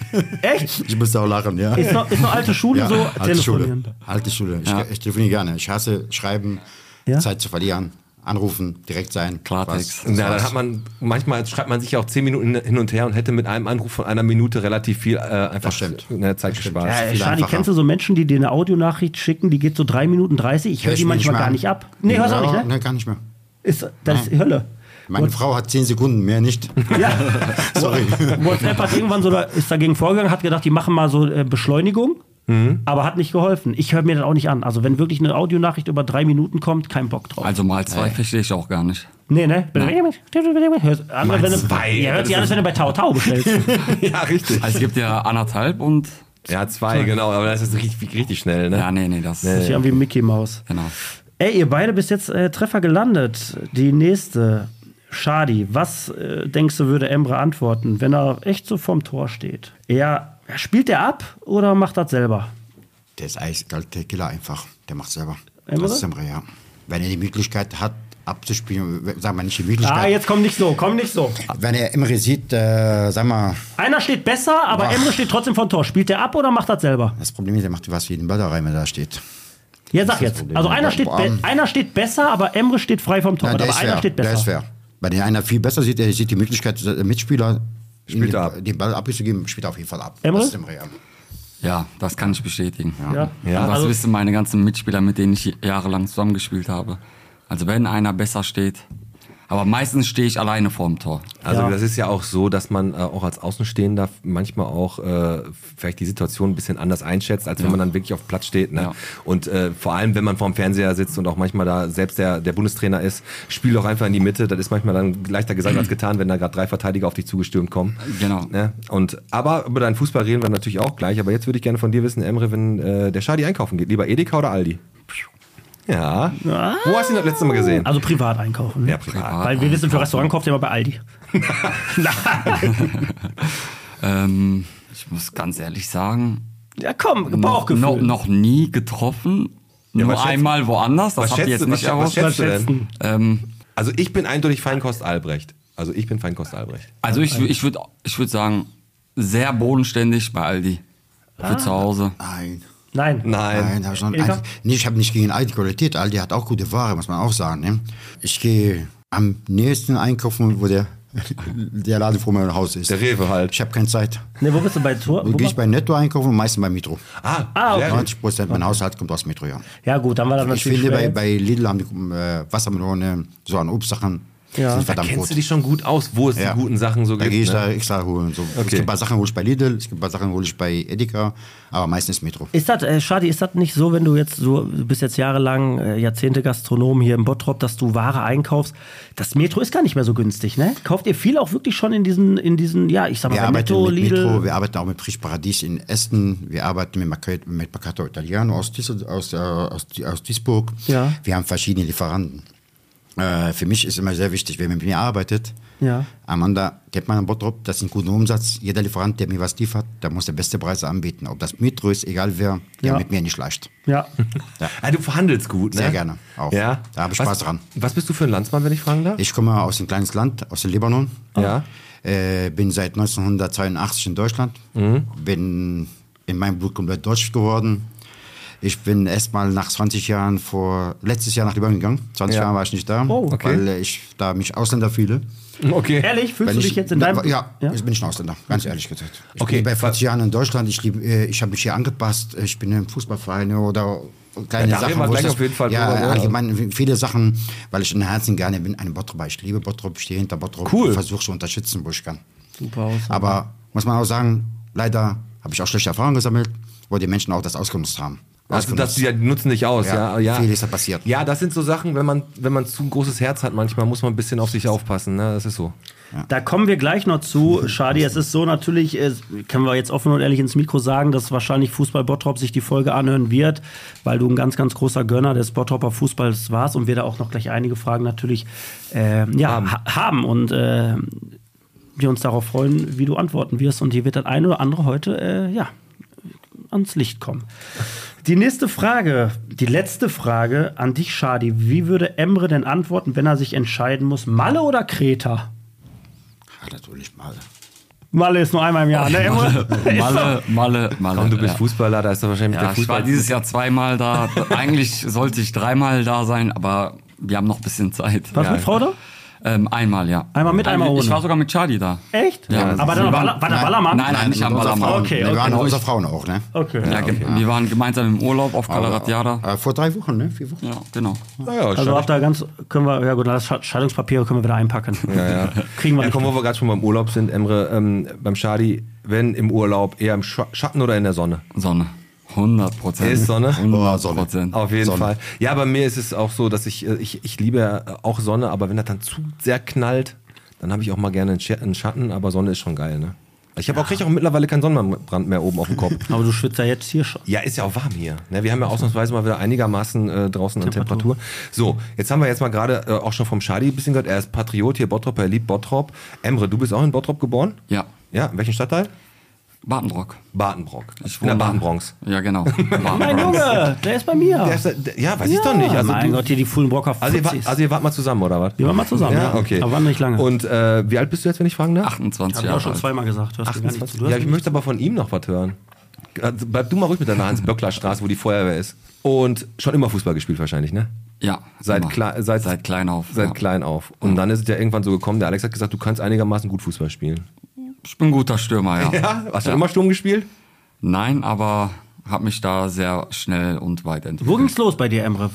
Echt? Ich musste auch lachen, ja. Ist noch, ist noch alte Schule ja, halt so alte telefonieren. Schule. Alte Schule. Ich, ich telefoniere gerne. Ich hasse Schreiben, Ja? Zeit zu verlieren. Anrufen, direkt sein. Klartext. was- Na, dann was- hat man, manchmal schreibt man sich ja auch zehn Minuten hin und her und hätte mit einem Anruf von einer Minute relativ viel äh, einfach Das stimmt. Ne, Zeit Das stimmt. gespart. Ja, Äh, viel Schadi, einfacher. kennst du so Menschen, die dir eine Audionachricht schicken, die geht so 3 Minuten 30? Ich höre Hör die mir manchmal mehr gar an. nicht ab. Nee, hörst auch Ja, nicht, ne? Nee, gar nicht mehr. Ist, das ist die Hölle. Meine What- Frau hat zehn Sekunden, mehr nicht. Ja. Sorry. WhatsApp hat irgendwann so da, ist dagegen vorgegangen, hat gedacht, die machen mal so äh, Beschleunigung, aber hat nicht geholfen. Ich höre mir das auch nicht an. Also wenn wirklich eine Audionachricht über drei Minuten kommt, kein Bock drauf. Also mal zwei verstehe ich auch gar nicht. nee, ne? Hörst, andere, wenn du, zwei, ja, hört das sich an, als wenn du bei Tau Tau bestellst. ja, richtig. Also es gibt ja anderthalb und. Ja, zwei, genau, aber das ist richtig, richtig schnell, ne? Ja, nee, nee, das. Das ist ja wie Mickey Maus. Genau. Ey, ihr beide bist jetzt äh, Treffer gelandet. Die nächste, Shadi, was äh, denkst du, würde Emre antworten, wenn er echt so vorm Tor steht? Er, spielt er ab oder macht das selber? Der ist eiskalt, der Killer einfach. Der macht selber. Emre? Das ist Emre, ja. Wenn er die Möglichkeit hat, abzuspielen, we- sagen wir nicht die Möglichkeit. Ah, jetzt komm nicht so, komm nicht so. Wenn er Emre sieht, äh, sag mal, Einer steht besser, aber Ach. Emre steht trotzdem vor dem Tor. Spielt der ab oder macht das selber? das Problem ist, er macht was wie den Ball da rein, wenn er da steht. Ja, sag das jetzt. Problem. Also einer steht, Boah, be ähm. einer steht besser, aber Emre steht frei vom Tor. Ja, aber einer steht Der ist besser. fair. Bei den einer viel besser sieht, er sieht die Möglichkeit, der Mitspieler Spielt den, er ab. den Ball abzugeben, spielt er auf jeden Fall ab. Emre? Das ist Emre, ja. Ja, das kann ich bestätigen. Ja. Und das also- wissen meine ganzen Mitspieler, mit denen ich jahrelang zusammengespielt habe. Also wenn einer besser steht. Aber meistens stehe ich alleine vorm Tor. Also Ja. das ist ja auch so, dass man äh, auch als Außenstehender manchmal auch äh, vielleicht die Situation ein bisschen anders einschätzt, als wenn man dann wirklich auf dem Platz steht. Ne? Ja. Und äh, vor allem, wenn man vorm Fernseher sitzt und auch manchmal da selbst der, der Bundestrainer ist, spiel doch einfach in die Mitte. Das ist manchmal dann leichter gesagt als getan, wenn da gerade drei Verteidiger auf dich zugestürmt kommen. Genau. Ne? Und aber über deinen Fußball reden wir natürlich auch gleich. Aber jetzt würde ich gerne von dir wissen, Emre, wenn äh, der Schadi einkaufen geht, lieber Edeka oder Aldi? Ja. Wo hast du ihn das letzte Mal gesehen? Also privat einkaufen. Ja, privat. Weil wir wissen, für Restaurant kauft ihr immer bei Aldi. Ähm, ich muss ganz ehrlich sagen, Ja, komm, noch, Bauchgefühl. noch, noch nie getroffen. was Nur schätzt- einmal woanders, das was habt ihr schätzt jetzt du- was nicht schätzt- was erwartet. schätzt du denn? Ähm, Also ich bin eindeutig Feinkost Albrecht. Also ich bin Feinkost Albrecht. also ich, ich würde ich würd sagen, sehr bodenständig bei Aldi. Für zu Hause. Nein. Nein. Nein, hab ich noch Edeka? Aldi- nee, ich habe nicht gegen Aldi Qualität. Aldi hat auch gute Ware, muss man auch sagen. Ne? Ich gehe am nächsten einkaufen, wo der, der Laden vor meinem Haus ist. Der Rewe halt. Ich habe keine Zeit. Ne, wo bist du bei Tor? Wo Wo gehe ich war- bei Netto einkaufen und meistens bei Metro. Ah, Ah, sehr gut. 90 Prozent mein Haushalt kommt aus Metro, ja. ja, gut, dann war das ich natürlich. finde, bei, schwer. bei Lidl haben die äh, Wassermelone, so an Obstsachen, Ja. sind Da verdammt kennst gut. du dich schon gut aus, wo es Ja. die guten Sachen so da gibt. gehe ich ne? da extra holen. So. Es Okay. gibt ein paar Sachen hole ich bei Lidl, es gibt ein paar Sachen hole ich bei Edeka, aber meistens Metro. Ist das, äh, Shadi, ist das nicht so, wenn du jetzt so, du bist jetzt jahrelang, äh, Jahrzehnte Gastronom hier im Bottrop, dass du Ware einkaufst? Das Metro ist gar nicht mehr so günstig, ne? Kauft ihr viel auch wirklich schon in diesen, in diesen, ja, ich sag mal, Wir bei arbeiten Netto, mit Lidl? Metro, wir arbeiten auch mit Frisch Paradies in Essen, wir arbeiten mit, Mercat- mit Mercato Italiano aus, Duissel- aus, äh, aus, Di- aus Duisburg. Ja. Wir haben verschiedene Lieferanten. Äh, für mich ist immer sehr wichtig, wer mit mir arbeitet. Ja. Amanda, kennt man am Bottrop, das ist ein guter Umsatz. Jeder Lieferant, der mir was liefert, der muss der beste Preise anbieten. Ob das Metro ist, egal wer, der Ja. mit mir nicht leicht. Ja. Ah, du verhandelst gut, ne? Sehr gerne, auch. Ja? Da habe ich was, Spaß dran. Was bist du für ein Landsmann, wenn ich fragen darf? Ich komme aus einem kleines Land, aus dem Libanon. Ja. Äh, bin seit 1982 in Deutschland. Mhm. Bin in meinem Blut komplett deutsch geworden. Ich bin erst mal nach 20 Jahren vor, letztes Jahr nach Libanon gegangen. 20 Ja. Jahre war ich nicht da, Oh, okay. weil äh, ich da mich Ausländer fühle. Okay. Also, Ehrlich, fühlst Wenn du ich- dich jetzt in deinem. Ja, jetzt bin ich ein Ausländer, ganz ehrlich gesagt. Ich Okay. bin bei 40 Jahren in Deutschland, ich, lieb- äh, ich habe mich hier angepasst, ich bin im Fußballverein oder kleine Ja, da reden wir Sachen. wo ich gleich das- auf jeden Fall Ja, drüber, ja. allgemein viele Sachen, weil ich in Herzen gerne bin, ein Bottroper. Ich liebe Bottrop, stehe hinter Bottrop Cool. und versuche zu unterstützen, wo ich kann. Super aus. Aber muss man auch sagen, leider habe ich auch schlechte Erfahrungen gesammelt, wo die Menschen auch das ausgenutzt haben. Also, dass Ausgenutzt. die, ja- die nutzen dich aus, ja. Ja, ja. viel ist da passiert. Ja, das sind so Sachen, wenn man, wenn man zu ein großes Herz hat, manchmal muss man ein bisschen auf sich aufpassen, ne? Das ist so. Da kommen wir gleich noch zu, Schadi. Es ist so natürlich, äh, können wir jetzt offen und ehrlich ins Mikro sagen, dass wahrscheinlich Fußball Bottrop sich die Folge anhören wird, weil du ein ganz, ganz großer Gönner des Bottroper Fußballs warst und wir da auch noch gleich einige Fragen natürlich äh, ja, ha haben und äh, wir uns darauf freuen, wie du antworten wirst. Und hier wird das eine oder andere heute äh, ja, ans Licht kommen. Die nächste Frage, die letzte Frage an dich, Schadi. Wie würde Emre denn antworten, wenn er sich entscheiden muss, Malle oder Kreta? Ach, natürlich mal. Malle ist nur einmal im Jahr. Ne? Emre? Malle, Malle, Malle. Komm, du bist ja. Fußballer, da ist doch wahrscheinlich der Ja, ich war Fußball. dieses Jahr zweimal da. Eigentlich sollte ich dreimal da sein, aber wir haben noch ein bisschen Zeit. Warst du mit Frau da? Ähm, einmal, ja. Äh, Einmal mit, einmal Ich ohne. war sogar mit Charlie da. Echt? Ja. Aber dann war, war der Ballermann? Nein, nein, nicht am unserer Ballermann. Frauen. Okay, Wir okay. waren unter Frauen auch, ne? Okay. Ja, ge- Wir waren gemeinsam im Urlaub auf Calaratiada. Äh, vor drei Wochen, ne? Vier Wochen. Ja, genau. Naja, Also habt da ganz, können wir, ja gut, das Sche- Scheidungspapiere können wir wieder einpacken. Kriegen wir ja, nicht. komm, wo wir gerade schon beim Urlaub sind, Emre, ähm, beim Shadi, wenn im Urlaub, eher im Scha- Schatten oder in der Sonne? Sonne. 100 Prozent. Ist Sonne? 100 Boah, Prozent. Auf jeden Sonne. Fall. Ja, bei mir ist es auch so, dass ich, äh, ich, ich liebe ja auch Sonne, aber wenn das dann zu sehr knallt, dann habe ich auch mal gerne einen Scha- einen Schatten, aber Sonne ist schon geil, ne? Ich habe auch, krieg auch mittlerweile keinen Sonnenbrand mehr oben auf dem Kopf. Aber du schwitzt ja jetzt hier schon. Ja, ist ja auch warm hier. Ne, wir haben ja ausnahmsweise mal wieder einigermaßen äh, draußen an Temperatur. So, jetzt haben wir jetzt mal gerade äh, auch schon vom Shadi ein bisschen gehört. Er ist Patriot hier, Bottrop, er liebt Bottrop. Emre, du bist auch in Bottrop geboren? Ja. Ja, in welchem Stadtteil? Bartenbrock. Badenbrock. Ich in der wohne- Badenbronx. Ja, genau. Bartenbronx. Mein Junge, der ist bei mir. Der ist, der- der- ja, weiß ich doch nicht. Ja, Also, mein du, Gott, hier die Fullenbrocker also, ihr, wart, Fuzis. also ihr wart mal zusammen, oder was? Wir waren mal zusammen, Ah, ja. okay. Aber waren nicht lange. Und äh, wie alt bist du jetzt, wenn ich fragen darf? 28 Hab ich auch Jahre schon alt. zweimal gesagt. Hörst du gar nicht zu. Du Ja, hörst ich nicht möchte aber von ihm noch was hören. Also, bleib du mal ruhig mit deiner Hans-Böckler-Straße, wo die Feuerwehr ist. Und schon immer Fußball gespielt wahrscheinlich, ne? Ja. Seit, immer. kle seit, Seit klein auf. Seit ja. klein auf. Und dann ist es ja irgendwann so gekommen, der Alex hat gesagt, du kannst einigermaßen gut Fußball spielen. Ich bin ein guter Stürmer, ja. Hast du immer Sturm gespielt? Nein, aber habe mich da sehr schnell und weit Wo entwickelt. ging's los bei dir, Emre?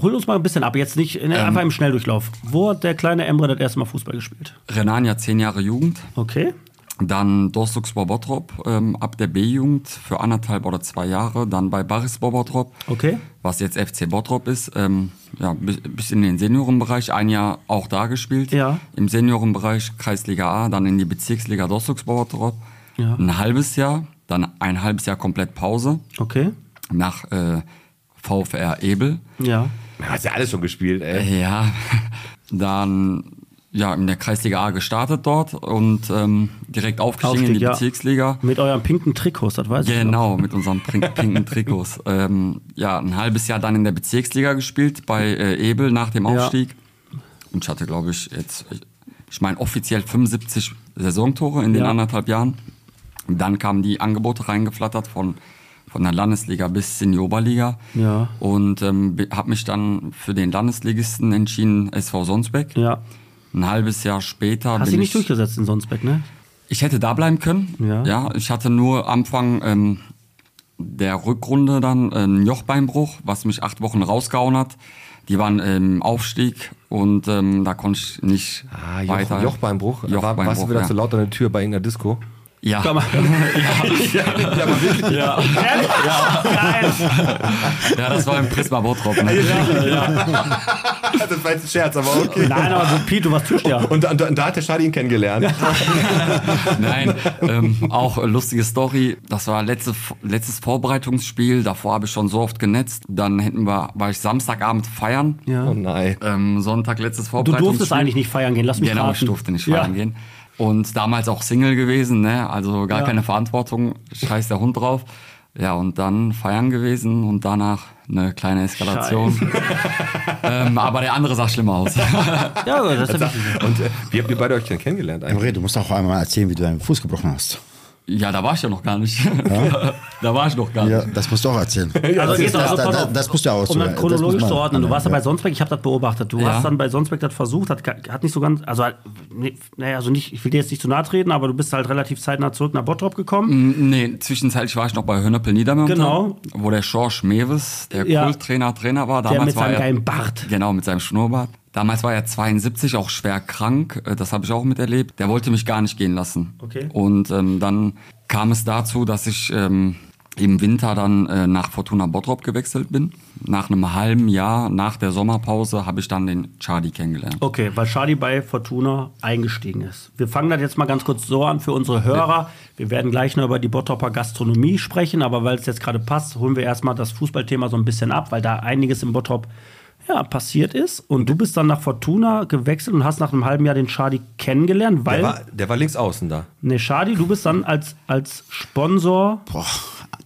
Hol uns mal ein bisschen ab, jetzt nicht in, Ähm. einfach im Schnelldurchlauf. Wo hat der kleine Emre das erste Mal Fußball gespielt? Renania 10 Jahre Jugend, Okay. dann Dorsuxbor Bottrop ähm, ab der B-Jugend für anderthalb oder zwei Jahre, dann bei Barisbor Bottrop, Okay. was jetzt FC Bottrop ist, ähm, ja, bi- bis in den Seniorenbereich, ein Jahr auch da gespielt. Ja. Im Seniorenbereich Kreisliga A, dann in die Bezirksliga Dorsuxbor Bottrop, Ja. ein halbes Jahr, dann ein halbes Jahr komplett Pause Okay. nach äh, VfR Ebel. Ja. Hast ja alles schon gespielt, ey. Ja, dann ja in der Kreisliga A gestartet dort und ähm, direkt aufgestiegen in die ja. Bezirksliga. Mit euren pinken Trikots, das weiß ich. noch. Genau, mit unseren pink- pinken Trikots. Ähm, ja, ein halbes Jahr dann in der Bezirksliga gespielt bei äh, Ebel nach dem Ja. Aufstieg. Und ich hatte, glaube ich, jetzt, ich meine, offiziell 75 Saisontore in den Ja. anderthalb Jahren. Und dann kamen die Angebote reingeflattert von, von der Landesliga bis Seniorbaliga. Ja. Und ähm, habe mich dann für den Landesligisten entschieden, SV Sonsbeck. Ja. Ein halbes Jahr später. Hast Genau. bin du nicht ich- durchgesetzt in Sonsbeck, ne? ich hätte da bleiben können. Ja. ich hatte nur Anfang ähm, der Rückrunde dann äh, einen Jochbeinbruch, was mich acht Wochen rausgehauen hat. Die waren im Aufstieg und ähm, da konnte ich nicht Ah, Joch, weiter. Jochbeinbruch. War, Jochbeinbruch, warst du wieder ja. zu laut an der Tür bei irgendeiner Disco? Ja. Komm mal. Ja, aber wirklich. ja, das war im Prisma Bottrop. Ne? Das war jetzt ein Scherz, aber okay. Nein, aber so, Piet, du warst Türsteher. Und, da- und, da- und da hat der Schadi ihn kennengelernt. Nein, ähm, auch äh, lustige Story. Das war letzte, letztes Vorbereitungsspiel. Davor habe ich schon so oft genetzt. Dann hätten wir, war ich Samstagabend feiern. Oh Ja. nein. Ähm, Sonntag letztes Du Vorbereitungsspiel. durftest eigentlich nicht feiern gehen, lass mich Genau, ich raten. durfte nicht feiern gehen. Und damals auch Single gewesen, ne? also gar keine Verantwortung, scheiß der Hund drauf. Ja, und dann feiern gewesen und danach eine kleine Eskalation. ähm, aber der andere sah schlimmer aus. Ja, das ist ja wichtig. Und äh, wie habt ihr beide euch denn kennengelernt eigentlich? Emre, du musst auch einmal erzählen, wie du deinen Fuß gebrochen hast. ja, da war ich ja noch gar nicht. da war ich noch gar nicht. Das musst du auch erzählen. Also das, jetzt das, also das, pass das, auf, das musst du auch so. Um dann das muss chronologisch man- zu ordnen. Du warst ja ja. bei Sonsbeck, ich habe das beobachtet. Du Ja. hast dann bei Sonsbeck das versucht, hat, ga- hat nicht so ganz, also halt, nee, naja, also nicht, ich will dir jetzt nicht zu nahe treten, aber du bist halt relativ zeitnah zurück nach Bottrop gekommen. Nee, zwischenzeitlich war ich noch bei Hönöppel Niedermann, Genau. wo der Schorsch Mewes, der Ja. Kulttrainer, Trainer war. der mit war seinem er- geilen Bart. Genau, mit seinem Schnurrbart. Damals war er 72, auch schwer krank. Äh, Das habe ich auch miterlebt. Der wollte mich gar nicht gehen lassen. Okay. Und ähm, dann kam es dazu, dass ich ähm, im Winter dann äh, nach Fortuna Bottrop gewechselt bin. Nach einem halben Jahr, nach der Sommerpause, habe ich dann den Charlie kennengelernt. Okay, weil Charlie bei Fortuna eingestiegen ist. Wir fangen das jetzt mal ganz kurz so an für unsere Hörer. Wir werden gleich noch über die Bottroper Gastronomie sprechen, aber weil es jetzt gerade passt, holen wir erstmal das Fußballthema so ein bisschen ab, weil da einiges im Bottrop ja, passiert ist. Und du bist dann nach Fortuna gewechselt und hast nach einem halben Jahr den Charlie kennengelernt, Der weil. war, der war links außen da. Ne, Schadi, du bist dann als, als Sponsor. Boah,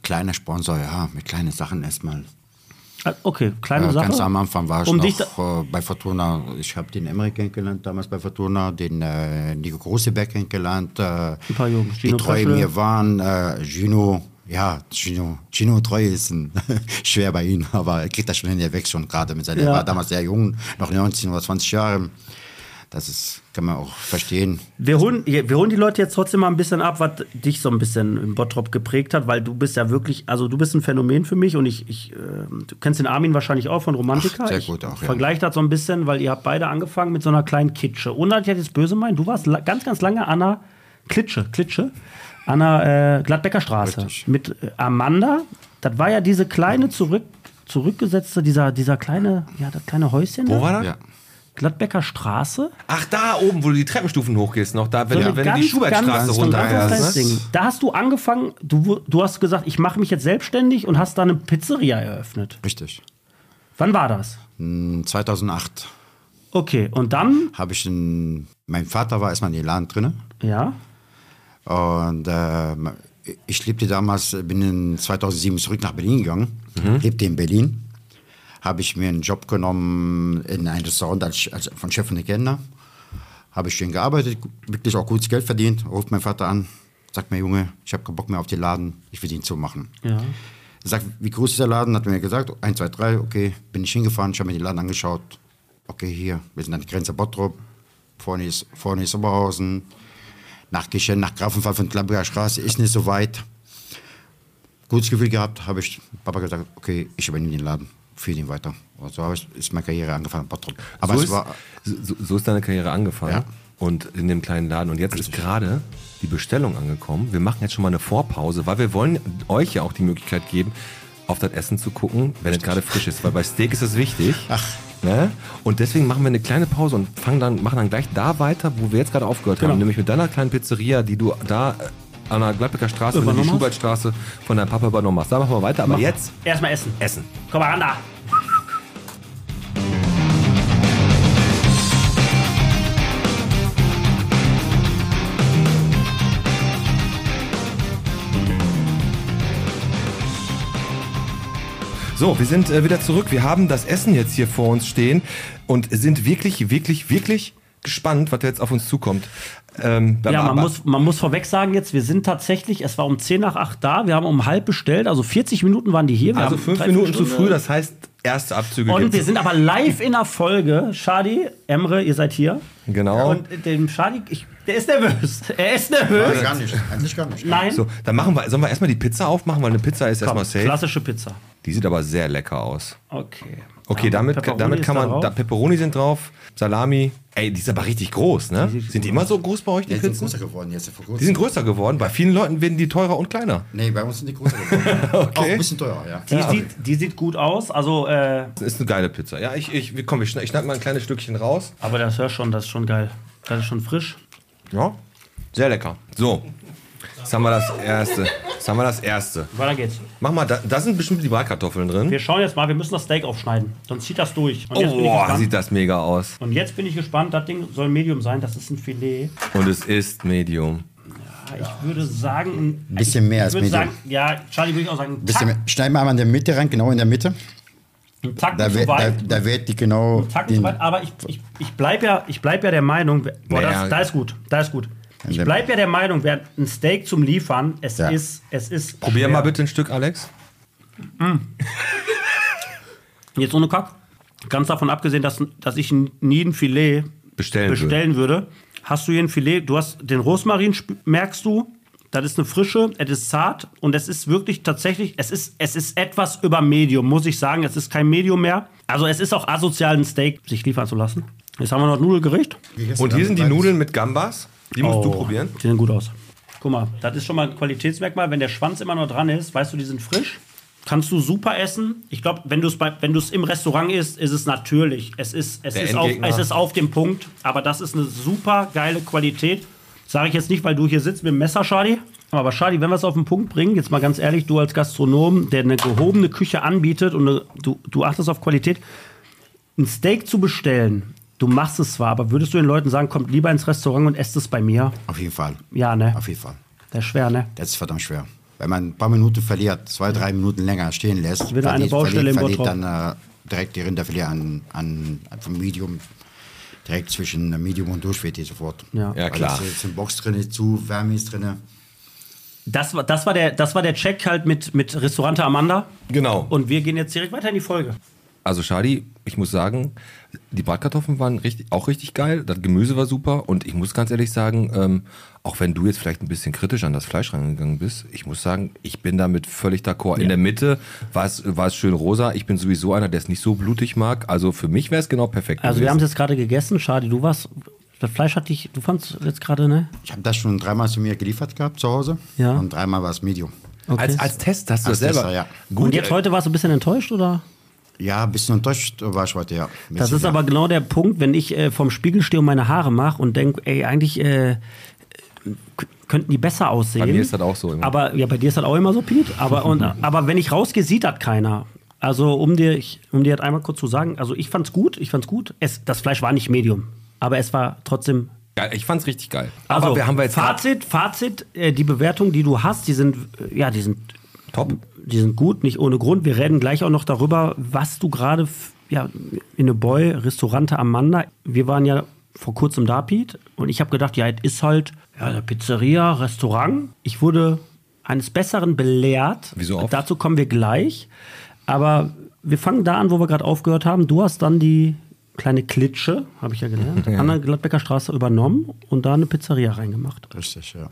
kleiner Sponsor, ja, mit kleinen Sachen erstmal. Ah, Okay, kleine Ja, Sache. Äh, Ganz am Anfang war ich um Dich da, noch äh, bei Fortuna. Ich habe den Emre kennengelernt, damals bei Fortuna, den äh, Nico Großeberg kennengelernt. Äh, paar Jungs, die Gino treu Preschle. mir waren, äh, Gino, Ja, Chino, Chino Treu ist ein, schwer bei ihm, aber er kriegt das schon hin, er wächst schon gerade mit seiner, Ja. er war damals sehr jung, noch 19 oder 20 Jahre. Das ist, kann man auch verstehen. Wir holen, wir holen die Leute jetzt trotzdem mal ein bisschen ab, was dich so ein bisschen im Bottrop geprägt hat, weil du bist ja wirklich, also du bist ein Phänomen für mich und ich, ich äh, du kennst den Armin wahrscheinlich auch von Romantika. Ach, sehr ich gut auch, ja. Vergleich das so ein bisschen, weil ihr habt beide angefangen mit so einer kleinen Kitsche. Ohne dass ich das jetzt böse meine, du warst la- ganz, ganz lange Anna Klitsche, Klitsche, Anna äh, Gladbecker Straße mit äh, Amanda. Das war ja diese kleine zurück, zurückgesetzte, dieser, dieser kleine, ja, das kleine Häuschen. Wo da. war das? Ja. Gladbecker Straße. Ach, da oben, wo du die Treppenstufen hochgehst, noch da, wenn, So eine wenn du die Schubertstraße ganz, runter ganz kleines hast. Ne? Ding. Da hast du angefangen, du, wu- du hast gesagt, ich mache mich jetzt selbstständig und hast da eine Pizzeria eröffnet. Richtig. Wann war das? In 2008 Okay, und dann, habe ich in, mein Vater war erstmal in Iran drin ja, und ähm, ich lebte damals, bin in 2007 zurück nach Berlin gegangen, lebte in Berlin, habe ich mir einen Job genommen in einem Restaurant als, als von Chef und Kellner, habe ich schön gearbeitet, gu- wirklich auch gutes Geld verdient, ruft mein Vater an, sagt mir, Junge, ich habe keinen Bock mehr auf den Laden, ich will den zumachen. ja, Er sagt, wie groß ist der Laden? Hat mir gesagt, 1, 2, 3, okay. Bin ich hingefahren, ich habe mir den Laden angeschaut. Okay, hier, wir sind an der Grenze Bottrop. Vorne ist, vorne ist Oberhausen. Nach Gischen, nach Grafenfall von Gladbecker Straße ist nicht so weit. Gutes Gefühl gehabt, habe ich Papa gesagt, okay, ich übernehme den Laden, führe ihn weiter. Und so habe ich, ist meine Karriere angefangen in Bottrop. Aber so, es ist, war, so, so ist deine Karriere angefangen. Ja. Und in dem kleinen Laden. Und jetzt ist gerade die Bestellung angekommen. Wir machen jetzt schon mal eine Vorpause, weil wir wollen euch ja auch die Möglichkeit geben, auf das Essen zu gucken, wenn es gerade frisch ist. Weil bei Steak ist das wichtig. Ach. Ne? Und deswegen machen wir eine kleine Pause und fangen dann, machen dann gleich da weiter, wo wir jetzt gerade aufgehört Genau. haben. Nämlich mit deiner kleinen Pizzeria, die du da äh, an der Gladbecker Straße, wenn du die Übernommen hast? Schubertstraße von deinem Papa übernommen hast. Da machen wir weiter. Aber jetzt erstmal essen. Essen. Komm mal ran da. So, wir sind äh, wieder zurück. Wir haben das Essen jetzt hier vor uns stehen und sind wirklich, wirklich, wirklich gespannt, was da jetzt auf uns zukommt. Ähm, Ja, aber- man muss, man muss vorweg sagen jetzt, wir sind tatsächlich, es war um 10 nach 8 da, wir haben um halb bestellt, also 40 Minuten waren die hier. Wir also haben fünf drei, Minuten vier zu Stunden- äh, früh, das heißt erste Abzüge. Und wir gibt's. sind aber live in der Folge. Shadi, Emre, ihr seid hier. Genau. Und äh, dem Shadi, ich, der ist nervös. Er ist nervös. gar nicht, eigentlich gar nicht. Nein. so, dann machen wir, sollen wir erstmal die Pizza aufmachen, weil eine Pizza ist Komm, erstmal safe. klassische Pizza. Die sieht aber sehr lecker aus. Okay. Okay, Dann damit, Pepperoni damit ist kann da man, da, drauf. Pepperoni sind drauf, Salami. Ey, die ist aber richtig groß, ne? Sind die immer so groß bei euch, die Die sind Pizzen? größer geworden jetzt vor Die sind kurzem. größer geworden. Bei vielen Leuten werden die teurer und kleiner. Nee, bei uns sind die größer geworden. Auch ein bisschen teurer, ja. die, sieht, die sieht gut aus, also, äh, Das ist eine geile Pizza. Ja, ich, ich, komm, ich schneid, ich schneid mal ein kleines Stückchen raus. aber das hörst schon, das ist schon geil. Das ist schon frisch. Ja, sehr lecker. So, jetzt haben wir das erste. Jetzt haben wir das erste. Weiter geht's. Mach mal, da, da sind bestimmt die Bratkartoffeln drin. Wir schauen jetzt mal, wir müssen das Steak aufschneiden, sonst zieht das durch. Und jetzt, bin ich Oh, gespannt. sieht das mega aus. Und jetzt bin ich gespannt, das Ding soll Medium sein, das ist ein Filet. Und es ist Medium. Ah, Ich würde sagen, ein Bisschen mehr als ich würde Medium. sagen, ja, Charlie würde ich auch sagen, ein Bisschen, Tack, schneiden wir einmal in der Mitte rein, genau in der Mitte. ein Tack Da, zu wird, da, weit. da wird die genau. Tack den- zu weit, aber ich, ich, ich bleibe ja, ich bleib ja der Meinung, boah, Naja. das, da ist gut, da ist gut. Ich bleibe ja der Meinung, wer ein Steak zum Liefern, es Ja. ist, es ist. Probier schwer. mal bitte ein Stück, Alex. Jetzt ohne Kack. Ganz davon abgesehen, dass, dass ich nie ein Filet Bestellen bestellen würde. Hast du hier ein Filet? Du hast den Rosmarin, sp- merkst du? Das ist eine frische, es ist zart und es ist wirklich tatsächlich, es ist, es ist etwas über Medium, muss ich sagen. Es ist kein Medium mehr. Also es ist auch asozial, ein Steak sich liefern zu lassen. Jetzt haben wir noch Nudelgericht. Und hier sind die Nudeln mit Gambas. Die musst Oh. du probieren. Die sehen gut aus. Guck mal, das ist schon mal ein Qualitätsmerkmal. Wenn der Schwanz immer noch dran ist, weißt du, die sind frisch. Kannst du super essen. Ich glaube, wenn du es bei- wenn du es im Restaurant isst, ist es natürlich. Es ist, es, Der ist auf, Endgegner. es ist auf dem Punkt. Aber das ist eine super geile Qualität. Sage ich jetzt nicht, weil du hier sitzt mit dem Messer, Schadi. Aber Schadi, wenn wir es auf den Punkt bringen, jetzt mal ganz ehrlich, du als Gastronom, der eine gehobene Küche anbietet und eine, du, du achtest auf Qualität, ein Steak zu bestellen, du machst es zwar, aber würdest du den Leuten sagen, kommt lieber ins Restaurant und esst es bei mir? Auf jeden Fall. Ja, ne? Auf jeden Fall. Das ist schwer, ne? Das ist verdammt schwer. Wenn man ein paar Minuten verliert, zwei, drei Minuten länger stehen lässt, Wieder eine Baustelle im verliert, Bottrop. verliert dann äh, direkt die Rinderfilet an, an, an vom Medium. Direkt zwischen Medium und durch wird die sofort. Ja. Ja, Weil klar. Es ist ein Box drin, zu, Wärme ist drin. Das war, das war, der, das war der Check halt mit, mit Restaurante Amanda. Genau. Und wir gehen jetzt direkt weiter in die Folge. Also Schadi, ich muss sagen, die Bratkartoffeln waren richtig, auch richtig geil, das Gemüse war super und ich muss ganz ehrlich sagen, ähm, auch wenn du jetzt vielleicht ein bisschen kritisch an das Fleisch rangegangen bist, ich muss sagen, ich bin damit völlig d'accord. In der Mitte war es, war es schön rosa, ich bin sowieso einer, der es nicht so blutig mag, also für mich wäre es genau perfekt Also wir haben es gewesen. jetzt gerade gegessen. Schade, du warst. Das Fleisch hatte ich. Du fandst jetzt gerade, ne? Ich habe das schon dreimal zu mir geliefert gehabt zu Hause. Ja. Und dreimal war es Medium. als, als Test hast du das Als selber. Tester, ja. Gut, äh, und jetzt heute warst du ein bisschen enttäuscht, oder? Ja, ein bisschen enttäuscht war ich heute, ja. Ein Das bisschen, ist ja. aber genau der Punkt, wenn ich äh, vorm Spiegel stehe und meine Haare mache und denke, ey, eigentlich äh, äh, k- könnten die besser aussehen. Bei mir ist das auch so immer. Aber ja, bei dir ist das auch immer so, Piet. Aber, und, aber wenn ich rausgehe, sieht das keiner. Also, um dir, ich, um dir halt einmal kurz zu sagen, also ich fand's gut, ich fand's gut. Es, das Fleisch war nicht Medium, aber es war trotzdem geil. ich fand es richtig geil. also, aber wir haben wir jetzt grad- Fazit, Fazit, äh, die Bewertungen, die du hast, die sind, äh, ja, die sind, top. die sind gut, nicht ohne Grund. Wir reden gleich auch noch darüber, was du gerade, f- ja, in eine Boy, Restaurante Amanda. Wir waren ja vor kurzem da, Pete, und ich habe gedacht, ja, es ist halt, ja, eine Pizzeria, Restaurant. Ich wurde eines Besseren belehrt. Wieso oft? Dazu kommen wir gleich. Aber wir fangen da an, wo wir gerade aufgehört haben. Du hast dann die kleine Klitsche, habe ich ja gelernt, an der Gladbecker Straße übernommen und da eine Pizzeria reingemacht. Richtig, ja.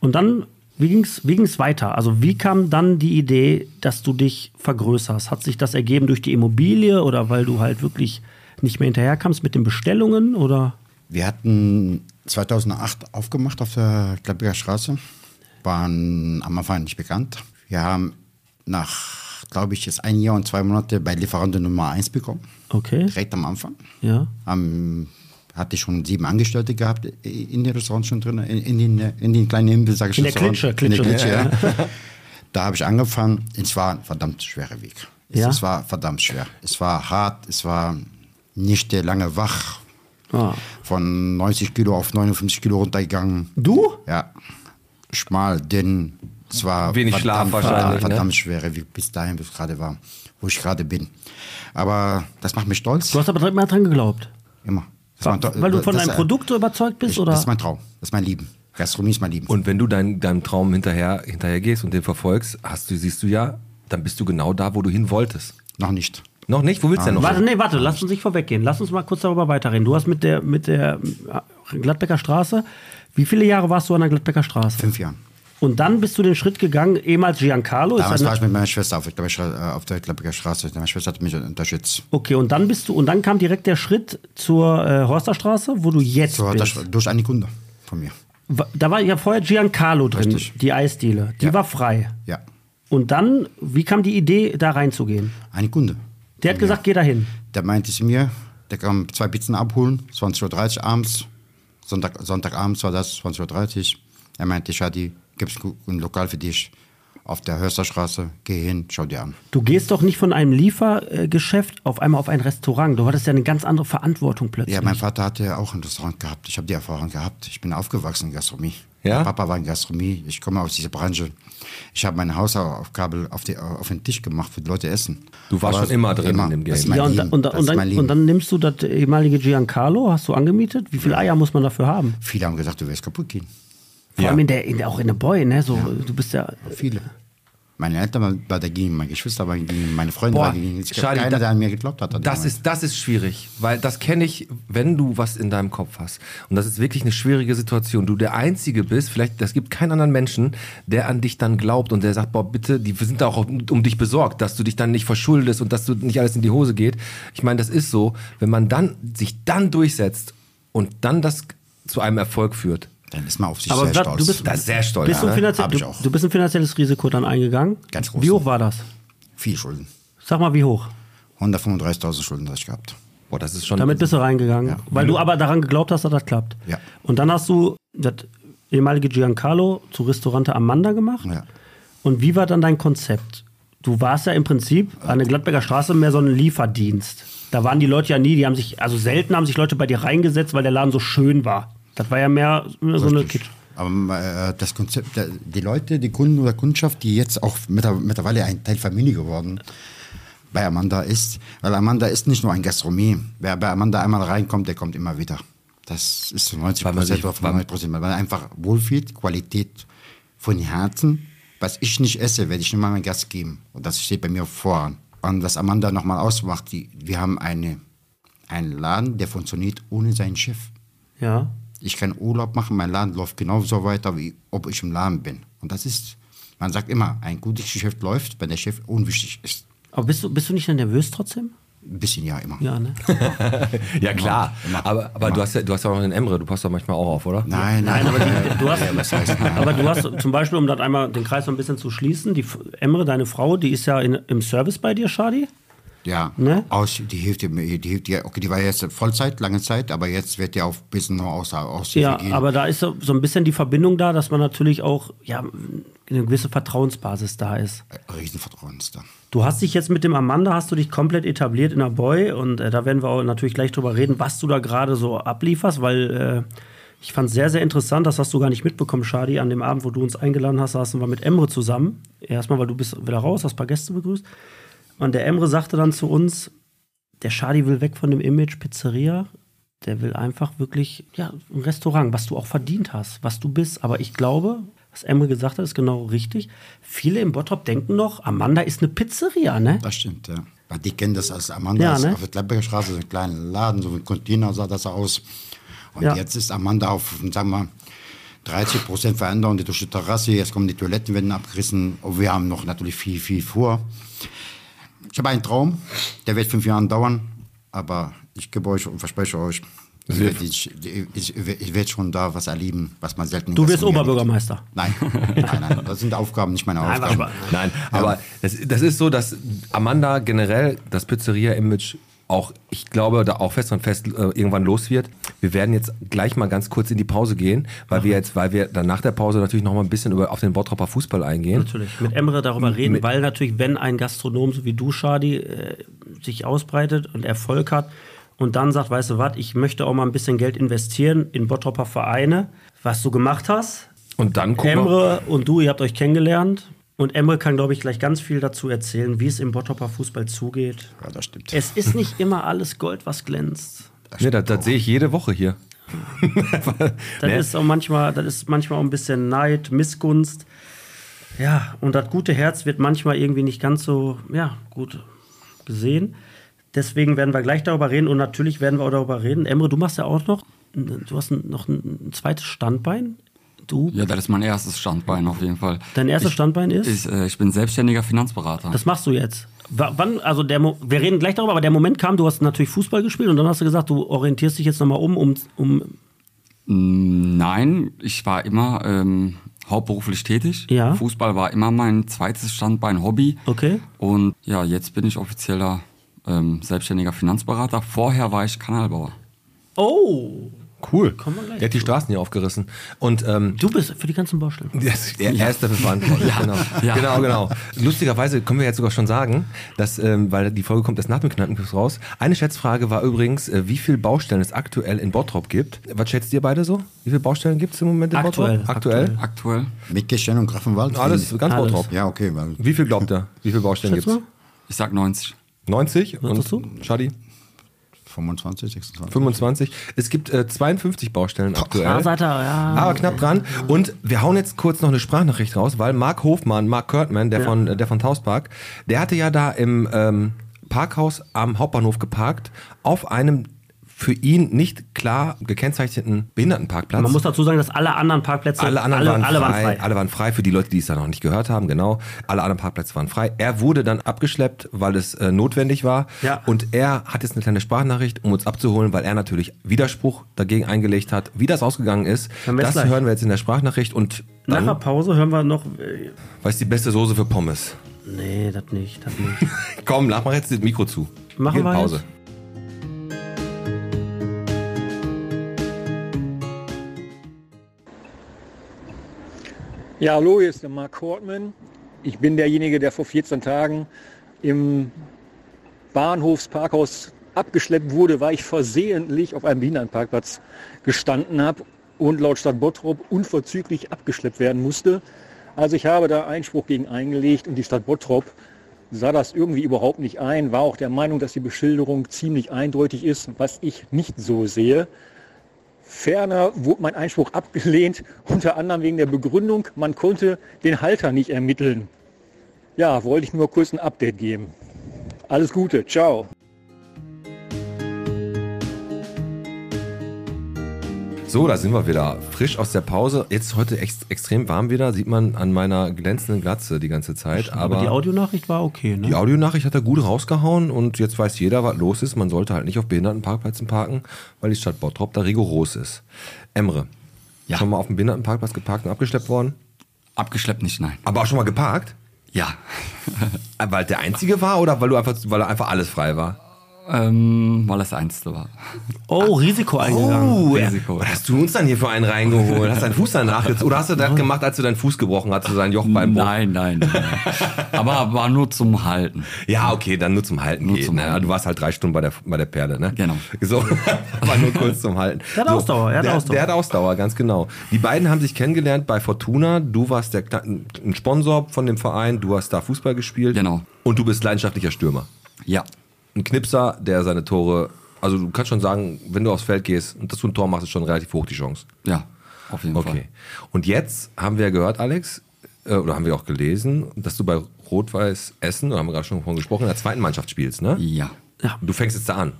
Und dann, wie ging's, wie ging's weiter? Also wie kam dann die Idee, dass du dich vergrößerst? Hat sich das ergeben durch die Immobilie oder weil du halt wirklich nicht mehr hinterherkamst mit den Bestellungen oder? Wir hatten 2008 aufgemacht auf der Gladbecker Straße, waren am Anfang nicht bekannt. Wir haben nach, glaube ich, jetzt ein Jahr und zwei Monate bei Lieferanten Nummer 1 bekommen, Okay, direkt am Anfang. ja. Am, hatte ich Ähm, schon sieben Angestellte gehabt in den Restaurants schon drin, in, in, den, in den kleinen Imbiss, sag ich In der Restaurant. Klitsche, In der Klitsche, Klitsche, ja. Da habe ich angefangen. Es war ein verdammt schwerer Weg. Es, Ja? es war verdammt schwer. Es war hart, es war nicht äh, lange wach. Ah. Von 90 Kilo auf 59 Kilo runtergegangen. Du? Ja. Schmal, dünn. Es war Wenig Schlaf wahrscheinlich, verdammt, ne? verdammt schwere Weg bis dahin, bis gerade war, wo ich gerade bin. Aber das macht mich stolz. Du hast aber direkt mal dran geglaubt. Immer. Das ist mein Tra- Weil du von das- deinem äh, Produkt so überzeugt bist ich, oder? Das ist mein Traum. Das ist mein Lieben. Gastronomie ist mein Lieben. Und wenn du dein, deinem Traum hinterher, hinterher gehst und den verfolgst, hast du, siehst du ja, dann bist du genau da, wo du hin wolltest. noch nicht. Noch nicht? Wo willst du denn noch? Ah, Warte, nee, warte, lass uns nicht vorweggehen. Lass uns mal kurz darüber weiterreden. Du hast mit der, mit der äh, Gladbecker Straße, wie viele Jahre warst du an der Gladbecker Straße? Fünf Jahren. Und dann bist du den Schritt gegangen, ehemals Giancarlo. ist Damals eine- war ich mit meiner Schwester auf der, Gladbecker Stra- äh, auf der Gladbecker Straße. Meine Schwester hat mich unterstützt. okay, und dann bist du, und dann kam direkt der Schritt zur äh, Horsterstraße, wo du jetzt So, bist. das, durch eine Kunde von mir. Wa- Da war ja vorher Giancarlo drin, Richtig. die Eisdiele. Die Ja. war frei. Ja. Und dann, wie kam die Idee, da reinzugehen? Eine Kunde. Der hat gesagt, geh da hin. Der meinte zu mir, der kam zwei Pizzen abholen, 20.30 Uhr abends. Sonntag, Sonntagabends war das, 20.30 Uhr. Er meinte, Shadi, gibt's ein Lokal für dich auf der Hörsterstraße. Geh hin, schau dir an. Du gehst doch nicht von einem Liefergeschäft auf einmal auf ein Restaurant. Du hattest ja eine ganz andere Verantwortung plötzlich. Ja, Mhm. mein Vater hatte ja auch ein Restaurant gehabt. Ich habe die Erfahrung gehabt. Ich bin aufgewachsen in Gastronomie. Ja? Mein Papa war in Gastronomie. Ich komme aus dieser Branche. Ich habe meine Hausaufgabe auf, die, auf den Tisch gemacht, für die Leute essen. Du warst schon immer drin in dem Das ist Game. mein Ja, und, da- Leben. und, da- das und, ist mein dann, Leben. und dann nimmst du das ehemalige Giancarlo, hast du angemietet? Wie viele Eier muss man dafür haben? Viele haben gesagt, du wirst kaputt gehen. Vor allem in der, in der, auch in der Boy, ne? So, Du bist ja. Viele. Meine Eltern waren waren dagegen, meine Geschwister waren dagegen, meine Freunde Boah, waren dagegen. Es gab schade, keiner, da- der an mir geglaubt hat. hat Das gemeint. ist, das ist schwierig, weil das kenne ich, wenn du was in deinem Kopf hast. Und das ist wirklich eine schwierige Situation. Du der Einzige bist, vielleicht, das gibt keinen anderen Menschen, der an dich dann glaubt und der sagt, boah, bitte, die sind da auch um dich besorgt, dass du dich dann nicht verschuldest und dass du nicht alles in die Hose geht. Ich meine, das ist so, wenn man dann, sich dann durchsetzt und dann das zu einem Erfolg führt. Dann ist man auf sich Aber sehr da- stolz. du bist- Das ist sehr stolz. Bist du, ein ne? finanzie- Hab ich du, auch. du bist ein finanzielles Risiko dann eingegangen? Ganz groß. Wie hoch war das? Viel Schulden. Sag mal, wie hoch? 135.000 Schulden hatte ich gehabt. Boah, das ist schon. Damit bist du reingegangen, Ja. weil du aber daran geglaubt hast, dass das klappt. Ja. Und dann hast du das ehemalige Giancarlo zu Restaurante Amanda gemacht. Ja. Und wie war dann dein Konzept? Du warst ja im Prinzip an der Gladbecker Straße mehr so ein Lieferdienst. Da waren die Leute ja nie, die haben sich, also selten haben sich Leute bei dir reingesetzt, weil der Laden so schön war. Das war ja mehr so eine Kitsch. Aber äh, das Konzept, der- die Leute, die Kunden oder Kundschaft, die jetzt auch mitter- mittlerweile ein Teil Familie geworden bei Amanda ist, weil Amanda ist nicht nur ein Gastronomie. Wer bei Amanda einmal reinkommt, der kommt immer wieder. Das ist zu 90 Weil man Prozent sich- oder weil- 95 Prozent, weil man einfach wohlfühlt, Qualität von Herzen, was ich nicht esse, werde ich nicht mal meinen Gast geben. Und das steht bei mir voran. Und was Amanda nochmal ausmacht, die, wir haben eine, einen Laden, der funktioniert ohne seinen Chef. Ja. Ich kann Urlaub machen, mein Laden läuft genauso weiter, wie ob ich im Laden bin. Und das ist, man sagt immer, ein gutes Geschäft läuft, wenn der Chef unwichtig ist. Aber bist du, bist du nicht nervös trotzdem? Ein bisschen ja immer. Ja, ne? Ja, klar. Aber, aber du hast ja, du hast ja auch noch den Emre, du passt doch manchmal auch auf, oder? Nein, nein, aber äh, du hast- ja, was heißt, nein. Aber du hast zum Beispiel, um das einmal den Kreis noch ein bisschen zu schließen, die F- Emre, deine Frau, die ist ja in, im Service bei dir, Shadi. Ja, Ne? aus, die hilft mir, die hilft ja, okay, die war jetzt Vollzeit, lange Zeit, aber jetzt wird ja auch ein bisschen noch aus, aus Ja, aber da ist so, so ein bisschen die Verbindung da, dass man natürlich auch ja, eine gewisse Vertrauensbasis da ist. Riesenvertrauen ist Äh, da. Du hast dich jetzt mit dem Amanda, hast du dich komplett etabliert in der Boy und äh, da werden wir auch natürlich gleich drüber reden, was du da gerade so ablieferst, weil äh, ich fand es sehr, sehr interessant, das hast du gar nicht mitbekommen, Shadi, an dem Abend, wo du uns eingeladen hast, saßen wir mit Emre zusammen. Erstmal, weil du bist wieder raus, hast ein paar Gäste begrüßt. Und der Emre sagte dann zu uns, der Shadi will weg von dem Image Pizzeria. Der will einfach wirklich, ja, ein Restaurant, was du auch verdient hast, was du bist. Aber ich glaube, was Emre gesagt hat, ist genau richtig. Viele im Bottrop denken noch, Amanda ist eine Pizzeria, ne? Das stimmt, ja. Weil Die kennen das als Amanda Ja, ist ne? auf der Klemperer Straße, so einen kleinen Laden, so ein Container sah das aus. Und Ja. jetzt ist Amanda auf, sagen wir, 30 Prozent Veränderung durch die Terrasse, jetzt kommen die Toilettenwände abgerissen. Und wir haben noch natürlich viel, viel vor. Ich habe einen Traum, der wird fünf Jahre dauern, aber ich gebe euch und verspreche euch, ich werde ich, ich, ich werd schon da was erleben, was man selten Du wirst in Gastronomie erlebt. Oberbürgermeister. Nein, nein, nein, das sind Aufgaben, nicht meine war Aufgaben. Spaß. Nein, aber das, das ist so, dass Amanda generell das Pizzeria-Image auch, ich glaube, da auch fest und fest äh, irgendwann los wird. Wir werden jetzt gleich mal ganz kurz in die Pause gehen, weil Mhm. wir jetzt, weil wir dann nach der Pause natürlich noch mal ein bisschen über, auf den Bottropper Fußball eingehen. Natürlich, mit Emre darüber reden, weil natürlich, wenn ein Gastronom so wie du, Shadi, äh, sich ausbreitet und Erfolg hat und dann sagt, weißt du was, ich möchte auch mal ein bisschen Geld investieren in Bottroper Vereine, was du gemacht hast, Und dann gucken wir. Emre und du, ihr habt euch kennengelernt. Und Emre kann, glaube ich, gleich ganz viel dazu erzählen, wie es im Bottroper Fußball zugeht. Ja, das stimmt. Es ist nicht immer alles Gold, was glänzt. Nee, das, das sehe ich jede Woche hier. Das Ne? ist auch manchmal, das ist manchmal auch ein bisschen Neid, Missgunst. Ja, und das gute Herz wird manchmal irgendwie nicht ganz so, ja, gut gesehen. Deswegen werden wir gleich darüber reden und natürlich werden wir auch darüber reden. Emre, du machst ja auch noch, du hast noch ein zweites Standbein. Du, Ja, das ist mein erstes Standbein auf jeden Fall. dein erstes ich, Standbein ist? Ich, äh, ich bin selbstständiger Finanzberater. Das machst du jetzt. Wa- Wann, also der Mo wir reden gleich darüber, aber der Moment kam, du hast natürlich Fußball gespielt und dann hast du gesagt, du orientierst dich jetzt nochmal um, um, um. Nein, ich war immer ähm, hauptberuflich tätig. Ja. Fußball war immer mein zweites Standbein, Hobby. Okay. Und ja, jetzt bin ich offizieller ähm, selbstständiger Finanzberater. Vorher war ich Kanalbauer. Oh! Cool. Kommen wir gleich Der hat die Straßen hier aufgerissen. Und ähm, Du bist für die ganzen Baustellen. Das, er, er ist dafür verantwortlich. Genau. Ja. genau, genau. Lustigerweise können wir jetzt sogar schon sagen, dass, ähm, weil die Folge kommt erst nach dem Knattenkurs raus. Eine Schätzfrage war übrigens, äh, wie viele Baustellen es aktuell in Bottrop gibt. Was schätzt ihr beide so? Wie viele Baustellen gibt es im Moment in Aktuell. Bottrop? Aktuell. Aktuell, Mitgestellt und Grafenwald. Alles, ganz Alles. Bottrop. Ja, okay, weil Wie viel glaubt ihr? Wie viele Baustellen Schätzt gibt es? mal. ich sag 90. 90 sagst du? und Schadi 25, 26. 25. Es gibt äh, 52 Baustellen aktuell. Ah, seid ihr, ja. Aber knapp dran. Und wir hauen jetzt kurz noch eine Sprachnachricht raus, weil Mark Hofmann, Mark Kurtman, der von äh, der von Tauspark, der hatte ja da im ähm, Parkhaus am Hauptbahnhof geparkt auf einem für ihn nicht klar gekennzeichneten Behindertenparkplatz. Man muss dazu sagen, dass alle anderen Parkplätze, alle anderen waren, alle frei, waren frei. Alle waren frei für die Leute, die es da noch nicht gehört haben, genau. Alle anderen Parkplätze waren frei. Er wurde dann abgeschleppt, weil es äh, notwendig war. Ja. Und er hat jetzt eine kleine Sprachnachricht, um uns abzuholen, weil er natürlich Widerspruch dagegen eingelegt hat. Wie das ausgegangen ist, Hören wir das jetzt gleich. hören wir jetzt in der Sprachnachricht und Nach dann der Pause hören wir noch. Äh, weiß die beste Soße für Pommes. nee, das nicht, das nicht. Komm, lach mal jetzt das Mikro zu. Machen Gehen wir Pause. jetzt. Ja, hallo, hier ist der Mark Hortmann. Ich bin derjenige, der vor 14 Tagen im Bahnhofsparkhaus abgeschleppt wurde, weil ich versehentlich auf einem Behindertenparkplatz gestanden habe und laut Stadt Bottrop unverzüglich abgeschleppt werden musste. Also ich habe da Einspruch gegen eingelegt und die Stadt Bottrop sah das irgendwie überhaupt nicht ein, war auch der Meinung, dass die Beschilderung ziemlich eindeutig ist, was ich nicht so sehe. Ferner wurde mein Einspruch abgelehnt, unter anderem wegen der Begründung, man konnte den Halter nicht ermitteln. Ja, wollte ich nur kurz ein Update geben. Alles Gute, ciao. So, da sind wir wieder. Frisch aus der Pause. Jetzt heute ex extrem warm wieder. Sieht man an meiner glänzenden Glatze die ganze Zeit. Aber, Aber die Audionachricht war okay, ne? die Audionachricht hat er gut rausgehauen und jetzt weiß jeder, was los ist. Man sollte halt nicht auf Behindertenparkplätzen parken, weil die Stadt Bottrop da rigoros ist. Emre, Ja. schon mal auf dem Behindertenparkplatz geparkt und abgeschleppt worden? Abgeschleppt nicht, nein. Aber auch schon mal geparkt? Ja. Äh, Weil der einzige war oder weil du einfach, weil er einfach alles frei war? ähm, weil das der Einzige war. Oh, Risiko eingegangen. Oh, ja. Risiko. was hast du uns dann hier für einen reingeholt? Hast deinen Fuß danach jetzt, oder hast du das gemacht, als du deinen Fuß gebrochen hast, so sein Jochbeinbruch? Nein, nein, nein. Aber war nur zum Halten. Ja, okay, dann nur zum Halten Nur gehen. zum ne? Halten. Du warst halt drei Stunden bei der, bei der Perle, ne? Genau. So, aber nur kurz zum Halten. Der hat so, Ausdauer, er hat der, Ausdauer. Der hat Ausdauer, ganz genau. Die beiden haben sich kennengelernt bei Fortuna. Du warst der, Kle- ein Sponsor von dem Verein, du hast da Fußball gespielt. Genau. Und du bist leidenschaftlicher Stürmer. Ja. Ein Knipser, der seine Tore, also du kannst schon sagen, wenn du aufs Feld gehst und dass du ein Tor machst, ist schon relativ hoch die Chance. Ja, auf jeden Fall. Okay. Und jetzt haben wir gehört, Alex, äh, oder haben wir auch gelesen, dass du bei Rot-Weiß Essen, oder haben wir gerade schon davon gesprochen, in der zweiten Mannschaft spielst, ne? Ja. Du fängst jetzt da an.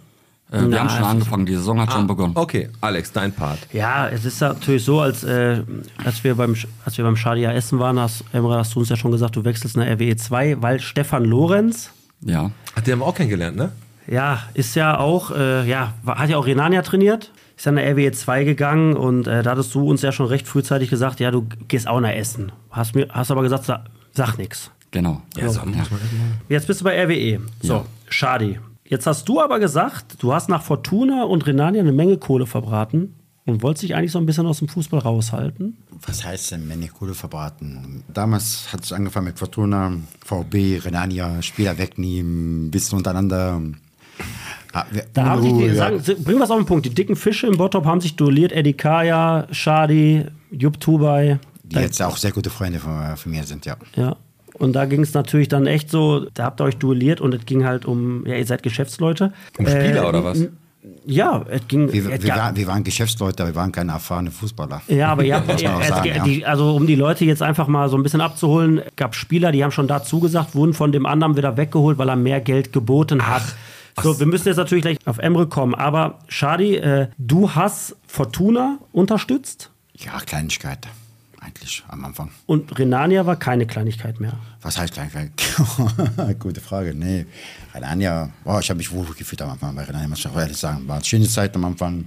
Ah, Äh, wir haben schon angefangen, die Saison hat schon begonnen. Okay, Alex, dein Part. Ja, es ist natürlich so, als, äh, als wir beim Sch- als wir beim Schadia Essen waren, hast, Emre, hast du uns ja schon gesagt, du wechselst nach RWE 2, weil Stefan Lorenz, Ja. Hat der auch kennengelernt, ne? ja, ist ja auch, äh, ja, war, hat ja auch Renania trainiert, ist dann nach RWE 2 E gegangen und äh, da hattest du uns ja schon recht frühzeitig gesagt, ja, du gehst auch nach Essen. Hast, mir, hast aber gesagt, sa sag nix. Genau. Ja, Jetzt bist du bei RWE. So, Schadi. Jetzt hast du aber gesagt, du hast nach Fortuna und Renania eine Menge Kohle verbraten und wolltest dich eigentlich so ein bisschen aus dem Fußball raushalten. Was heißt denn, wenn ich Kohle verbraten? Damals hat es angefangen mit Fortuna, VB, Renania, Spieler wegnehmen, bisschen untereinander. Ah, wir- Da haben sich Unruhe, die, ja. sagen, bringen wir es auf den Punkt. Die dicken Fische im Bottrop haben sich duelliert. Eddie Kaya, Shadi, Jupp Tubai. die jetzt auch sehr gute Freunde von, von mir sind, ja. Ja. Und da ging es natürlich dann echt so, da habt ihr euch duelliert und es ging halt um, ja, ihr seid Geschäftsleute. Äh, Ähm, Um Spieler oder was? Ja, es ging. Wir, es wir, gab- waren, wir waren Geschäftsleute, aber wir waren keine erfahrenen Fußballer. Ja, aber ihr habt, Muss man auch es- sagen, ja. die, also um die Leute jetzt einfach mal so ein bisschen abzuholen, gab Spieler, die haben schon da zugesagt, wurden von dem anderen wieder weggeholt, weil er mehr Geld geboten hat. So, wir müssen jetzt natürlich gleich auf Emre kommen, aber Shadi, äh, du hast Fortuna unterstützt Ja, Kleinigkeit. Eigentlich am Anfang. und Renania war keine Kleinigkeit mehr. Was heißt Kleinigkeit? Gute Frage. Nee. Renania, boah, ich habe mich wohl gefühlt am Anfang bei Renania, muss ich auch ehrlich sagen. War eine schöne Zeit am Anfang,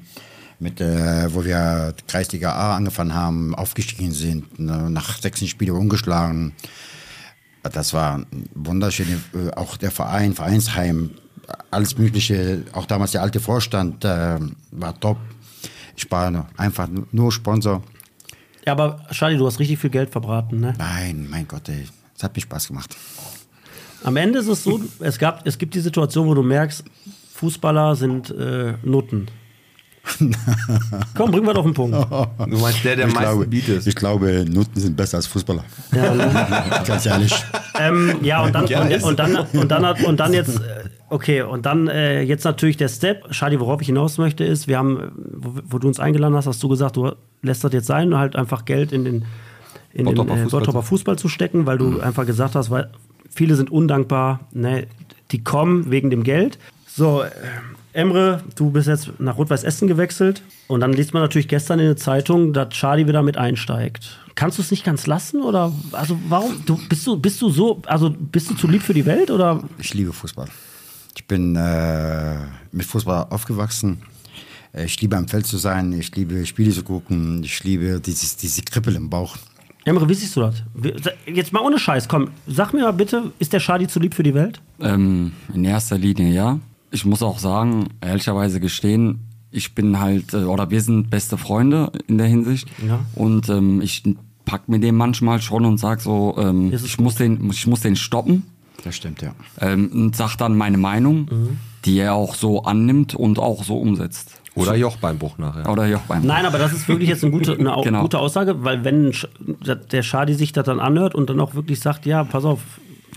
mit, äh, wo wir Kreisliga A angefangen haben, aufgestiegen sind, ne, nach 16 Spielen ungeschlagen. Das war wunderschön. äh, Auch der Verein, Vereinsheim, alles Mögliche. Auch damals der alte Vorstand äh, war top. Ich war einfach nur Sponsor. Ja, aber Shadi, du hast richtig viel Geld verbraten, ne? Nein, mein Gott, ey. Es hat mir Spaß gemacht. Am Ende ist es so, es, gab, es gibt die Situation, wo du merkst, Fußballer sind äh, Nutten. Komm, bringen wir doch auf den Punkt. Du meinst der, der am ich meisten glaube, bietet. Ich glaube, Nutten sind besser als Fußballer. Ganz ehrlich. Ähm, ja, und dann, Gerne. und, und dann, und dann, hat, und dann jetzt, äh, okay, und dann äh, jetzt natürlich der Step. Schadi, worauf ich hinaus möchte, ist, wir haben, äh, wo, wo du uns eingeladen hast, hast du gesagt, du lässt das jetzt sein, halt einfach Geld in den, in den Bottroper äh, Fußball. Bottroper Fußball zu stecken, weil du einfach gesagt hast, weil viele sind undankbar, ne, die kommen wegen dem Geld. So, äh, Emre, du bist jetzt nach Rot-Weiß Essen gewechselt und dann liest man natürlich gestern in der Zeitung, dass Schadi wieder mit einsteigt. Kannst du es nicht ganz lassen oder also warum du bist du bist du so also bist du zu lieb für die Welt oder Ich liebe Fußball. Ich bin äh, mit Fußball aufgewachsen. Ich liebe am Feld zu sein. Ich liebe Spiele zu gucken. Ich liebe dieses, diese Kribbel im Bauch. Emre, wie siehst du das? Wir- se- Jetzt mal ohne Scheiß, komm, sag mir mal bitte, ist der Schadi zu lieb für die Welt? Ähm, in erster Linie ja. Ich muss auch sagen, ehrlicherweise gestehen, ich bin halt, äh, oder wir sind beste Freunde in der Hinsicht. Ja. Und ähm, ich pack mir den manchmal schon und sag so, ähm, Das ist ich, muss den, ich muss den stoppen Das stimmt, ja. ähm, und sag dann meine Meinung, Mhm. die er auch so annimmt und auch so umsetzt. Oder Jochbeinbruch nachher. Oder Joch beim Nein, aber das ist wirklich jetzt eine gute, eine au- Genau. gute Aussage, weil wenn Sch- der Schadi sich das dann anhört und dann auch wirklich sagt, ja, pass auf,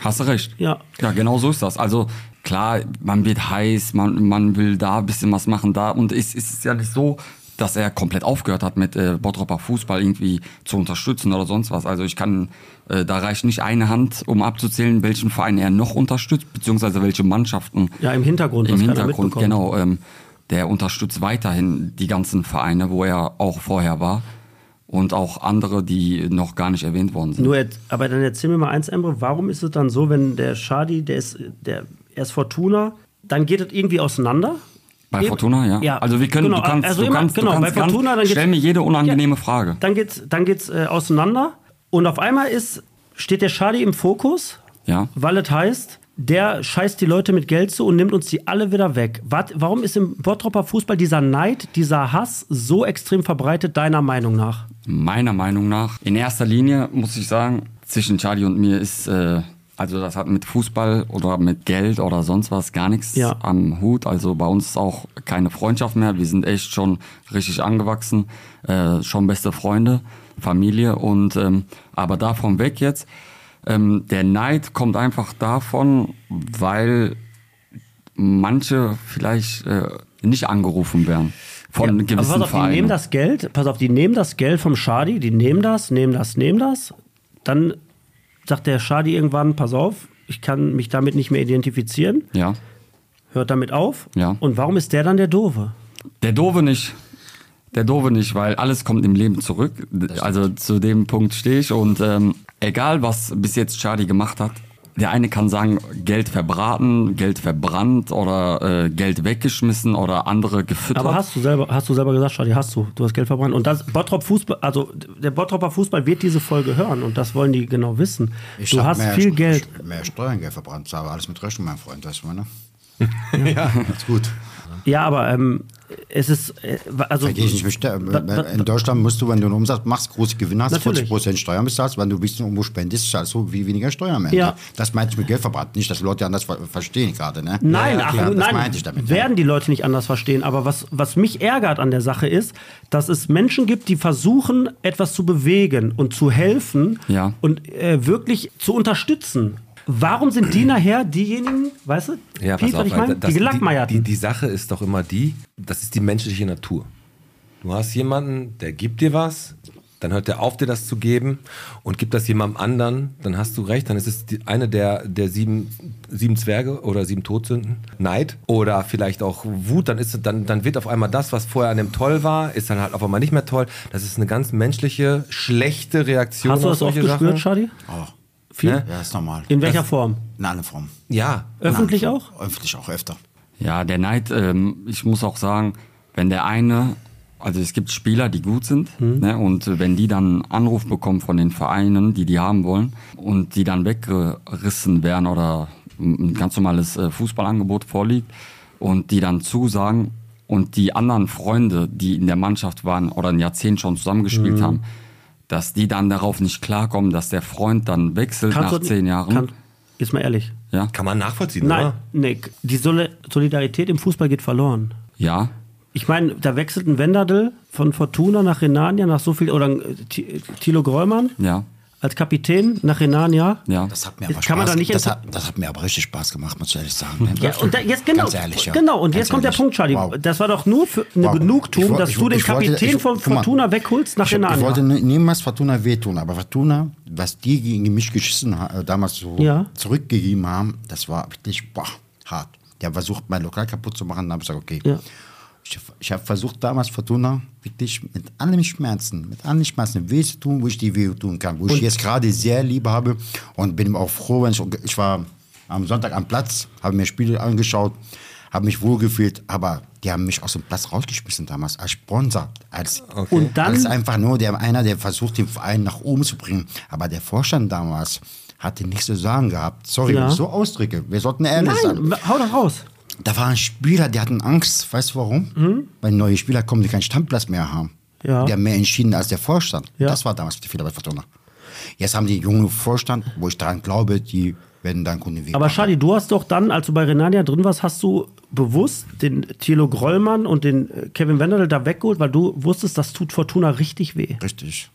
Hast du recht. Ja. Ja, genau so ist das. Also klar, man wird heiß, man, man will da ein bisschen was machen, da. Und es, es ist ja nicht so, dass er komplett aufgehört hat mit äh, Bottroper Fußball irgendwie zu unterstützen oder sonst was. Also ich kann, äh, da reicht nicht eine Hand, um abzuzählen, welchen Verein er noch unterstützt, beziehungsweise welche Mannschaften Ja, im Hintergrund, im was keiner Hintergrund, mitbekommt. genau. Ähm, der unterstützt weiterhin die ganzen Vereine, wo er auch vorher war. Und auch andere, die noch gar nicht erwähnt worden sind. Nur, jetzt- aber dann erzähl mir mal eins, Emre, warum ist es dann so, wenn der Schadi, der ist, der er ist Fortuna, dann geht es irgendwie auseinander? Bei Eben- Fortuna, ja. Ja. Also wir können, Genau, du kannst, also du immer- kannst, genau, du bei kannst ganz- Fortuna, dann geht's- stell mir jede unangenehme Frage. Dann geht's, dann geht's äh, auseinander und auf einmal ist, steht der Schadi im Fokus, Ja. weil es heißt, der scheißt die Leute mit Geld zu und nimmt uns die alle wieder weg. Wat, warum ist im Bottropper Fußball dieser Neid, dieser Hass so extrem verbreitet, deiner Meinung nach? Meiner Meinung nach, in erster Linie muss ich sagen, zwischen Charlie und mir ist, äh, also das hat mit Fußball oder mit Geld oder sonst was gar nichts Ja. am Hut. Also bei uns ist auch keine Freundschaft mehr. Wir sind echt schon richtig angewachsen, äh, schon beste Freunde, Familie und ähm, aber davon weg jetzt. Ähm, der Neid kommt einfach davon, weil manche vielleicht äh, nicht angerufen werden von Aber gewissen pass auf, die Vereinen. nehmen das Geld, pass auf, die nehmen das Geld vom Schadi, die nehmen das, nehmen das, nehmen das. Dann sagt der Schadi irgendwann, pass auf, ich kann mich damit nicht mehr identifizieren, ja. hört damit auf. Ja. Und warum ist der dann der Doofe? Der Dove nicht. Der Dove nicht, weil alles kommt im Leben zurück. Also zu dem Punkt stehe ich. Und ähm, egal, was bis jetzt Charlie gemacht hat, der eine kann sagen, Geld verbraten, Geld verbrannt oder äh, Geld weggeschmissen oder andere gefüttert. Aber hast du selber, hast du selber gesagt, Schadi, hast du, du hast Geld verbrannt. Und das Bottrop Fußball, also der Bottroper Fußball wird diese Folge hören und das wollen die genau wissen. Ich du hab hast viel St- Geld. Mehr Steuergeld verbrannt, aber alles mit Rechnung, mein Freund, weißt du, ne? ja. Ist gut. Ja, aber ähm, es ist, äh, also Vergeh ich nicht äh, mit Steu- Da- da- In Deutschland musst du, wenn du einen Umsatz machst, große Gewinne hast, Natürlich. 40% Steuern bezahlst, wenn du ein bisschen irgendwo spendest, zahlst du wie weniger Steuern am Ende. Ja. Das meinte ich mit Geld verbrannt, nicht, dass Leute anders ver- verstehen gerade, ne? Nein, ja, ach, klar, das nein, meinte ich damit. ne? werden die Leute nicht anders verstehen. Aber was, was mich ärgert an der Sache ist, dass es Menschen gibt, die versuchen, etwas zu bewegen und zu helfen Ja. und äh, wirklich zu unterstützen. Warum sind die nachher diejenigen, weißt du, Ja, pass Piet, was auf, ich meine? das, die Gelackmeierten. Die, die, die Sache ist doch immer die, das ist die menschliche Natur. Du hast jemanden, der gibt dir was, dann hört er auf, dir das zu geben und gibt das jemandem anderen, dann hast du recht, dann ist es die, eine der, der sieben, sieben Zwerge oder sieben Todsünden, Neid oder vielleicht auch Wut, dann, ist, es- dann, dann wird auf einmal das, was vorher an dem toll war, ist dann halt auf einmal nicht mehr toll. Das ist eine ganz menschliche, schlechte Reaktion Hast du das oft solche gespürt, Sachen. Schadi? Auch. Viel? Oh. Ja, ist normal. In welcher Form? In allen Formen. Ja, Öffentlich auch? Öffentlich auch öfter. Ja, der Neid, ähm, ich muss auch sagen, wenn der eine, also es gibt Spieler, die gut sind, Mhm. ne, und äh, wenn die dann einen Anruf bekommen von den Vereinen, die die haben wollen, und die dann weggerissen werden oder ein ganz normales äh, Fußballangebot vorliegt, und die dann zusagen, und die anderen Freunde, die in der Mannschaft waren oder ein Jahrzehnt schon zusammengespielt Mhm. haben, dass die dann darauf nicht klarkommen, dass der Freund dann wechselt nach du- zehn Jahren. kann- jetzt mal ehrlich. ja, kann man nachvollziehen, Nein, oder? Nick, die Soli- Solidarität im Fußball geht verloren. ja, Ich meine, da wechselt ein Wendadel von Fortuna nach Renania nach so viel, oder ein, äh, Thi- Thilo Grollmann ja, als Kapitän nach Renania. ja. Das hat mir aber Kann Spaß man da nicht das, inter- hat, das hat mir aber richtig Spaß gemacht, muss ich ehrlich sagen. ne? Ja, und da, jetzt genau, Ganz ehrlich, ja. genau. Und Ganz jetzt kommt ehrlich. der Punkt, Charlie. Wow. Das war doch nur für eine Wow. Genugtuung, Ich wo- dass ich du wo- den ich wollte- Kapitän ich- von guck mal, Fortuna wegholst nach ich, ich wollte Renania. nie- niemals Fortuna wehtun, aber Fortuna, was die gegen mich geschissen ha- äh, damals so Ja. zurückgegeben haben, das war wirklich boah, hart. Der hat versucht, mein Lokal kaputt zu machen, dann habe ich gesagt, okay. Ja. Ich, ich habe versucht, damals Fortuna wirklich mit allen Schmerzen, mit allen Schmerzen weh zu tun, wo ich die weh tun kann, wo ich jetzt gerade sehr lieb habe und bin auch froh, wenn ich, ich war am Sonntag am Platz, habe mir Spiele angeschaut, habe mich wohlgefühlt, aber die haben mich aus dem Platz rausgeschmissen damals als Sponsor, als Und dann- als einfach nur der einer, der versucht, den Verein nach oben zu bringen, aber der Vorstand damals hatte nichts zu sagen gehabt. Sorry, Ja. wenn ich so ausdrücke. Wir sollten ehrlich sein. Nein, hau doch raus. Da waren Spieler, die hatten Angst, weißt du warum? Weil neue Spieler kommen, die keinen Stammplatz mehr haben. Mhm. Ja. Die haben mehr entschieden als der Vorstand. Ja. Das war damals der Fehler bei Fortuna. Jetzt haben die jungen Vorstand, wo ich daran glaube, die werden dann Kunden weg. Aber Schadi, du hast doch dann, als du bei Renania drin warst, hast du bewusst den Thilo Grollmann und den äh, Kevin Wendadel da weggeholt, weil du wusstest, das tut Fortuna richtig weh. Richtig.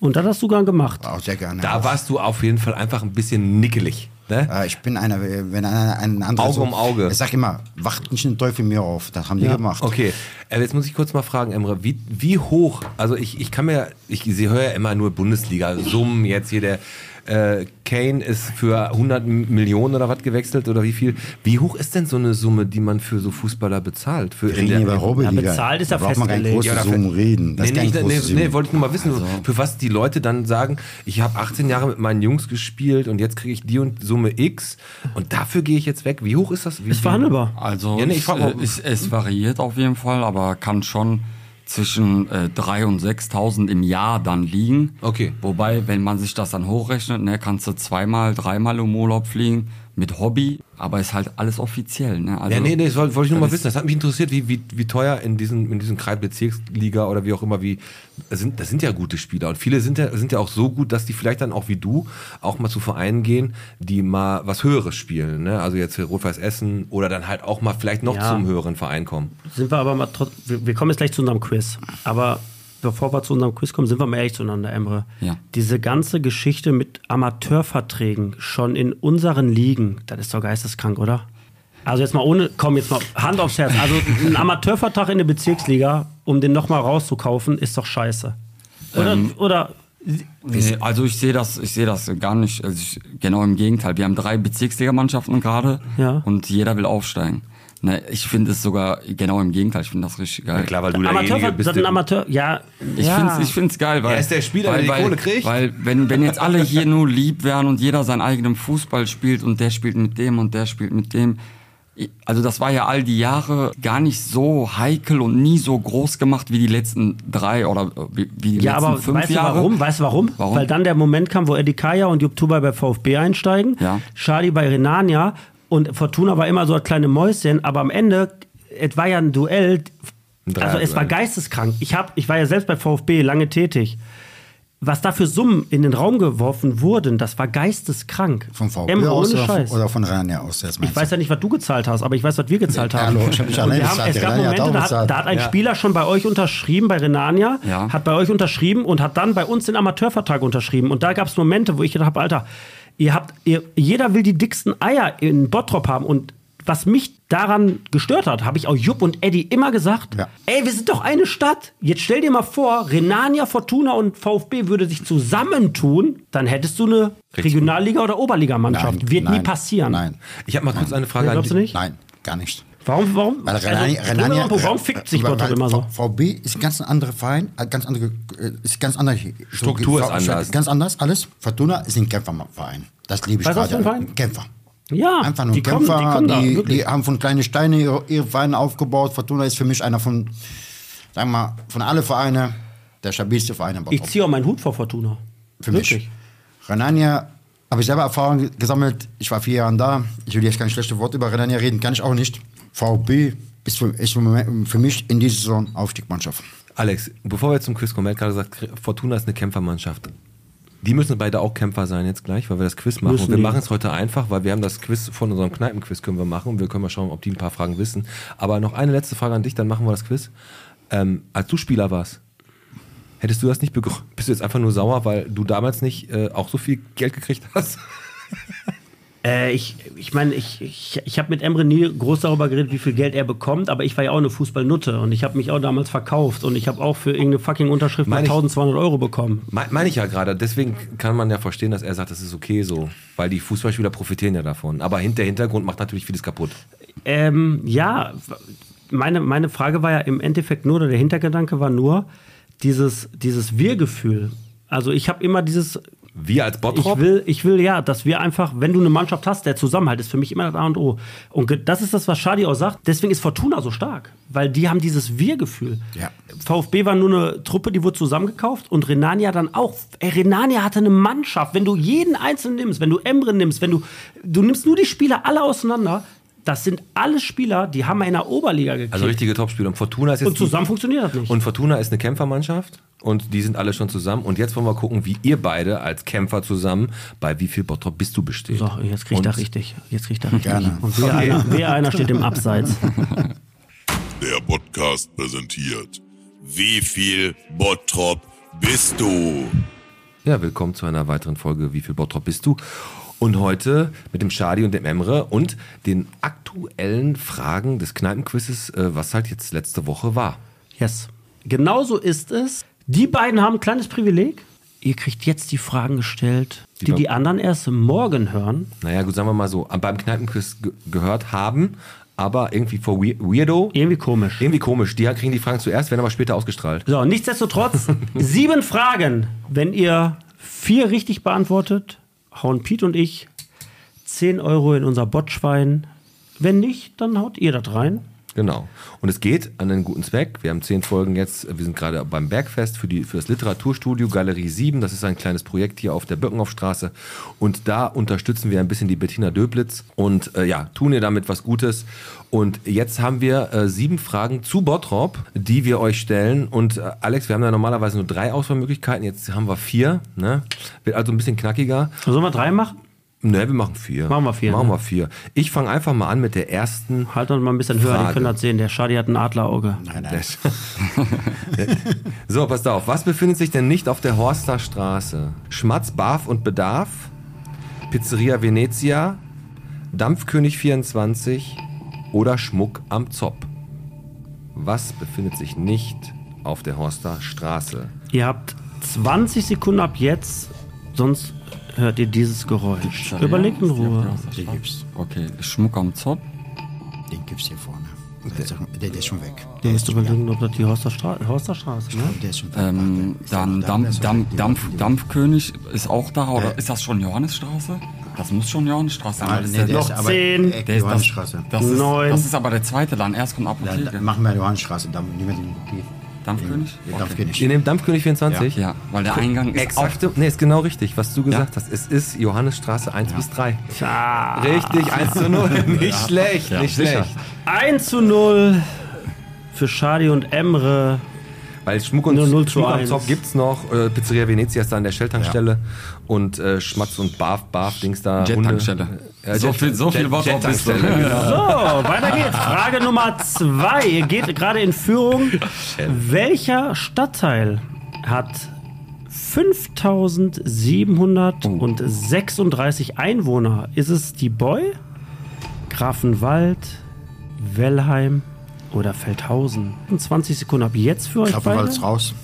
Und das hast du gern gemacht. Auch sehr gerne. Da warst du auf jeden Fall einfach ein bisschen nickelig. Ne? Äh, ich bin einer, wenn einer ein anderer. Auge um Auge. Ich sag immer, wacht nicht den Teufel mir auf. Das haben die gemacht. Okay, äh, jetzt muss ich kurz mal fragen, Emre, wie, wie hoch, also ich, ich kann mir, ich, ich höre ja immer nur Bundesliga, Summen jetzt hier, der äh, Kane ist für 100 Millionen oder was gewechselt oder wie viel. Wie hoch ist denn so eine Summe, die man für so Fußballer bezahlt? Für Wir reden über Hobbyliga. Ja, bezahlt ist ja da braucht man keine festgelegt. großen Ja, da Summen fällt- reden. Das Nee, ist keine nee, große nee, Summe. Also. nee, wollte ich nur mal wissen, für was die Leute dann sagen, ich habe 18 Jahre mit meinen Jungs gespielt und jetzt kriege ich die und Summe X und dafür gehe ich jetzt weg. Wie hoch ist das? Wie, Ist verhandelbar. Also Ja, nee, ich ich frag mal- es, es variiert auf jeden Fall, aber kann schon zwischen äh, 3.000 und 6.000 im Jahr dann liegen. Okay. Wobei, wenn man sich das dann hochrechnet, ne, kannst du zweimal, dreimal im Urlaub fliegen mit Hobby, aber ist halt alles offiziell. Ne? Also, Ja, nee, nee, das wollte wollte ich nur mal Das ist- wissen. Das hat mich interessiert, wie, wie, wie teuer in diesen, in diesen Kreisbezirksliga oder wie auch immer, wie, das sind, das sind ja gute Spieler. Und viele sind ja, sind ja auch so gut, dass die vielleicht dann auch wie du auch mal zu Vereinen gehen, die mal was Höheres spielen. Ne? Also jetzt hier Rot-Weiß Essen oder dann halt auch mal vielleicht noch Ja. zum höheren Verein kommen. Sind wir aber mal trotz, wir, wir kommen jetzt gleich zu unserem Quiz. Aber bevor wir zu unserem Quiz kommen, sind wir mal ehrlich zueinander, Emre. Ja. Diese ganze Geschichte mit Amateurverträgen schon in unseren Ligen, das ist doch geisteskrank, oder? Also jetzt mal ohne, komm, jetzt mal Hand aufs Herz. Also ein Amateurvertrag in der Bezirksliga, um den nochmal rauszukaufen, ist doch scheiße. Oder, Ähm, oder Nee, also ich sehe das, ich sehe das gar nicht. Also ich, genau im Gegenteil. Wir haben drei Bezirksligamannschaften gerade Ja. und jeder will aufsteigen. Ne, ich finde es sogar genau im Gegenteil. Ich finde das richtig geil. Klar, weil du derjenige Amateurver bist, das ein der- Amateur, ja. Ich ja. find's, ich find's geil, weil. Er ist der Spieler, der die Kohle kriegt. Weil, wenn, wenn jetzt alle hier nur lieb wären und jeder seinen eigenen Fußball spielt und der spielt mit dem und der spielt mit dem. Ich- Also, das war ja all die Jahre gar nicht so heikel und nie so groß gemacht wie die letzten drei oder äh, wie, wie die Ja, letzten aber fünf weißt Jahre. du warum? Weißt du warum? Warum? Weil dann der Moment kam, wo Eddie Kaya und Jupp Tuba bei VfB einsteigen, Ja. Charlie bei Renania und Fortuna war immer so ein kleine Mäuschen, aber am Ende, es war ja ein Duell, also es war geisteskrank. Ich, hab, ich war ja selbst bei VfB lange tätig. Was da für Summen in den Raum geworfen wurden, das war geisteskrank. Vom VfB Emre, aus ohne oder, Scheiß. oder von Rania aus? Jetzt Ich weiß ja nicht, was du gezahlt hast, aber ich weiß, was wir gezahlt haben. Hallo, ich hab nicht Und allein wir haben gezahlt, es der gab Renania hat Momente, da auch hat, gezahlt. da hat ein Spieler schon bei euch unterschrieben, bei Renania, Ja. hat bei euch unterschrieben und hat dann bei uns den Amateurvertrag unterschrieben. Und da gab es Momente, wo ich gedacht habe, Alter, ihr habt, ihr, jeder will die dicksten Eier in Bottrop haben und was mich daran gestört hat, habe ich auch Jupp und Eddie immer gesagt, Ja. ey, wir sind doch eine Stadt. Jetzt stell dir mal vor, Renania, Fortuna und VfB würde sich zusammentun, dann hättest du eine Regionalliga- oder Oberligamannschaft. Wird nie nein, passieren. Nein, Ich habe mal kurz eine Frage Ja, an glaubst du dich. nicht? nein, gar nicht. Warum, warum? Weil Renania, Äh, also, Renania, warum fickt sich weil- Bottrop weil immer so? V- VB ist ein ganz anderer Verein, äh, ganz andere, äh, ist ganz andere so Struktur ge- ist so- anders. Ganz anders alles. Fortuna ist ein Kämpferverein. Das liebe ich Was ist das gerade. für ein Verein? Kämpfer. Ja, Einfach nur die kommen, Kämpfer, die kommen da, die, wirklich. die haben von kleinen Steinen ihre, ihre Vereine aufgebaut. Fortuna ist für mich einer von, sagen wir mal, von alle Vereine der stabilste Verein in ich Bottrop. ziehe auch meinen Hut vor Fortuna. Für mich. Renania habe ich selber Erfahrung gesammelt. Ich war vier Jahre da. Ich will jetzt kein schlechtes Wort über Renania reden, kann ich auch nicht. VfB ist für, ist für mich- für mich in dieser Saison Aufstiegmannschaft. Alex, bevor wir zum Quiz kommen, er hat gerade gesagt, Fortuna ist eine Kämpfermannschaft. Die müssen beide auch Kämpfer sein jetzt gleich, weil wir das Quiz machen. Müssen Und wir die. machen es heute einfach, weil wir haben das Quiz von unserem Kneipenquiz können wir machen und wir können mal schauen, ob die ein paar Fragen wissen. Aber noch eine letzte Frage an dich, dann machen wir das Quiz. Ähm, als du Spieler warst, hättest du das nicht begründet? Bist du jetzt einfach nur sauer, weil du damals nicht äh, auch so viel Geld gekriegt hast? Äh, ich ich meine, ich, ich, ich habe mit Emre nie groß darüber geredet, wie viel Geld er bekommt, aber ich war ja auch eine Fußballnutte und ich habe mich auch damals verkauft und ich habe auch für irgendeine fucking Unterschrift mal Meine ich- 1200 Euro bekommen. Me meine ich ja gerade. Deswegen kann man ja verstehen, dass er sagt, das ist okay so, weil die Fußballspieler profitieren ja davon. Aber hinter Hintergrund macht natürlich vieles kaputt. Ähm, ja, w- meine, meine Frage war ja im Endeffekt nur, oder der Hintergedanke war nur, dieses, dieses Wir-Gefühl. Also ich habe immer dieses, Wir als Bottrop. Ich will, ich will ja, dass wir einfach, wenn du eine Mannschaft hast, der Zusammenhalt ist für mich immer das A und O. Und ge- das ist das, was Schadi auch sagt. Deswegen ist Fortuna so stark, weil die haben dieses Wir-Gefühl. Ja. VfB war nur eine Truppe, die wurde zusammengekauft und Renania dann auch. Ey, Renania hatte eine Mannschaft. Wenn du jeden Einzelnen nimmst, wenn du Emre nimmst, wenn du, du nimmst nur die Spieler alle auseinander, das sind alle Spieler, die haben wir in der Oberliga gekriegt. Also richtige Topspieler. Und Fortuna ist jetzt. und zusammen funktioniert das nicht. und Fortuna ist eine Kämpfermannschaft und die sind alle schon zusammen. Und jetzt wollen wir gucken, wie ihr beide als Kämpfer zusammen bei wie viel Bottrop bist du besteht. so, jetzt kriegt er Und- richtig. Jetzt kriegt er richtig. Gerne. Und wer, einer, wer einer steht im Abseits. Der Podcast präsentiert. Wie viel Bottrop bist du? Ja, willkommen zu einer weiteren Folge Wie viel Bottrop bist du? Und heute mit dem Shadi und dem Emre und den aktuellen Fragen des Kneipenquizzes, äh, was halt jetzt letzte Woche war. Yes. Genauso ist es. Die beiden haben ein kleines Privileg. Ihr kriegt jetzt die Fragen gestellt, Die die man- die anderen erst morgen hören. Naja, gut, sagen wir mal so, beim Kneipenquiz ge gehört haben, aber irgendwie vor Wei- Weirdo. Irgendwie komisch. Irgendwie komisch. Die kriegen die Fragen zuerst, werden aber später ausgestrahlt. So, nichtsdestotrotz, sieben Fragen. Wenn ihr vier richtig beantwortet, hauen Piet und ich 10 Euro in unser Botschwein. Wenn nicht, dann haut ihr das rein. Genau. Und es geht an einen guten Zweck. Wir haben zehn Folgen jetzt. Wir sind gerade beim Bergfest für, die, für das Literaturstudio Galerie 7. Das ist ein kleines Projekt hier auf der Birkenhoffstraße. Und da unterstützen wir ein bisschen die Bettina Döblitz und äh, ja, tun ihr damit was Gutes. Und jetzt haben wir äh, sieben Fragen zu Bottrop, die wir euch stellen. Und äh, Alex, wir haben da normalerweise nur drei Auswahlmöglichkeiten. Jetzt haben wir vier. Ne? Wird also ein bisschen knackiger. Sollen wir drei machen? Ne, wir machen vier. Machen wir vier, Machen ne? wir vier. Ich fange einfach mal an mit der ersten. Halt uns mal ein bisschen höher, Frage. die können das sehen. Der Schadi hat ein Adlerauge. Das- so, passt auf. Was befindet sich denn nicht auf der Horster Straße? Schmatz, Barf und Bedarf? Pizzeria Venezia? Dampfkönig 24? Oder Schmuck am Zopp? Was befindet sich nicht auf der Horster Straße? Ihr habt 20 Sekunden ab jetzt, sonst hört ihr dieses Geräusch. Überlegt in Ruhe. Den gibt's. Okay, Schmuck am Zopf. Den gibt's hier vorne. Der ist, schon- der, der ist schon weg. Der ist überlegen, ob das die Horsterstraße Horsterstraße, ne? Der ist schon weg. Ähm, dann Dampf, Dampf, Dampf, Dampfkönig ist auch da, oder Äh. ist das schon Johannesstraße? Das muss schon Johannesstraße sein. Ah, weil das nee, der der- ist aber zehn. Eck der ist das, Johannesstraße. das, ist, Neun. das ist aber der zweite dann. Erst kommt Dann, dann Apotheke. machen wir Johannesstraße. Dann nehmen wir den Dampfkönig? Den Okay. Dampfkönig. Ihr nehmt Dampfkönig 24? Ja, weil der Eingang ist Exakt. Nee, ist genau richtig, was du gesagt hast. Es ist Johannesstraße 1 bis 3. Richtig, 1 zu 0. Nicht schlecht, nicht sicher. schlecht. 1 zu 0 für Schadi und Emre. Weil Schmuck und Nur 0 zu Schmuck am 1. Zopf gibt's noch. Äh, Pizzeria Venezia ist da an der Shell-Tankstelle. Und äh, Schmatz und Barf, Barf, Dings da. Jet-Tankstelle. Hunde. Äh, So viel- so viel Wort auf bist du. Jet-Tankstelle, genau. So, weiter geht's. Frage Nummer 2. Ihr geht gerade in Führung. Welcher Stadtteil hat 5736 Einwohner? Ist es die Boy, Grafenwald, Wellheim oder Feldhausen? 20 Sekunden ab jetzt für euch beide. Grafenwalds raus.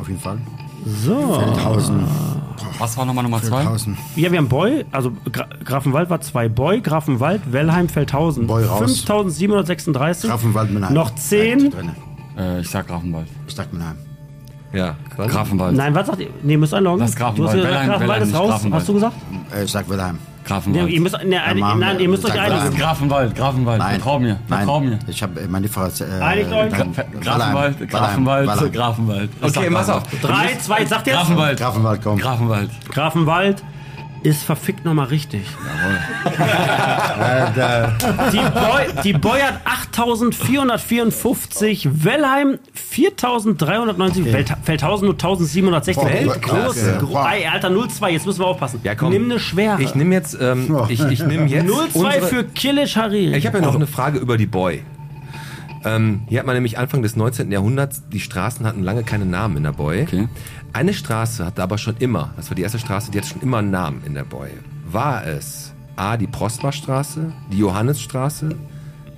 Auf jeden Fall. So. Feldhausen. Was war nochmal Nummer zwei? Feldhausen. Ja, wir haben Boy, also Gra Grafenwald war zwei. Boy, Grafenwald, Wellheim, Feldhausen. Boy raus. 5736. Grafenwald, Mülheim. Noch Bleibt 10. drinne. Äh, ich sag Grafenwald. Ich sag Mülheim. Ja, was? Grafenwald. Nein, was sagt ihr? Nee, müsst einloggen. Das ist Grafenwald. Du hast gesagt, Wellheim, Grafenwald Wellheim, ist nicht raus, Grafenwald. hast du gesagt? Äh, Ich sag Wilhelm. Nee, Grafenwald. ihr müsst, nee, ein, machen wir- nein, ihr müsst euch sag Das ist einigen. Wellheim. Grafenwald, Grafenwald. Vertrau mir, vertrau mir. Ich habe meine Lieferant. Äh, Einigt euch. dann- Ver- Wallheim, Grafenwald, Wallheim, Grafenwald, Wallheim. Grafenwald. Ich Okay, sag pass auf. Grafenwald. 3, 2, sagt jetzt. Grafenwald. Grafenwald, komm. Grafenwald. Grafenwald ist verfickt nochmal richtig. die, Boy, die Boy hat 8454, Wellheim 4390, Welt- Feldhausen nur 1760. Boah, Weltgroß. Weltklasse. Gro- Boah. Ey, Alter, 02, jetzt müssen wir aufpassen. Ja, komm. Nimm eine schwere. Ich nehme jetzt, ähm, ich, ich nehm jetzt 02 unsere- für Killish Harry. Ich habe ja noch eine Frage über die Boy. Ähm, hier hat man nämlich Anfang des 19. Jahrhunderts, die Straßen hatten lange keine Namen in der Boy. Okay. Eine Straße hatte aber schon immer, das war die erste Straße, die hatte schon immer einen Namen in der Boy. War es A, die Prosperstraße, die Johannesstraße,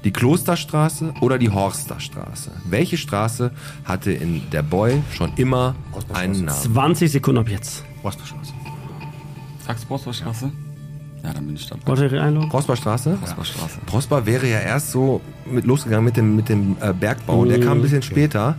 die Klosterstraße oder die Horsterstraße? Welche Straße hatte in der Boy schon immer einen Namen? 20 Sekunden ab jetzt. Osterstraße. Sagst du Prosperstraße? Ja, dann bin ich dabei. Wollt ihr einloggen? Prosperstraße? Prosperstraße. Prosper wäre ja erst so mit losgegangen mit dem, mit dem äh, Bergbau. Der kam ein bisschen später.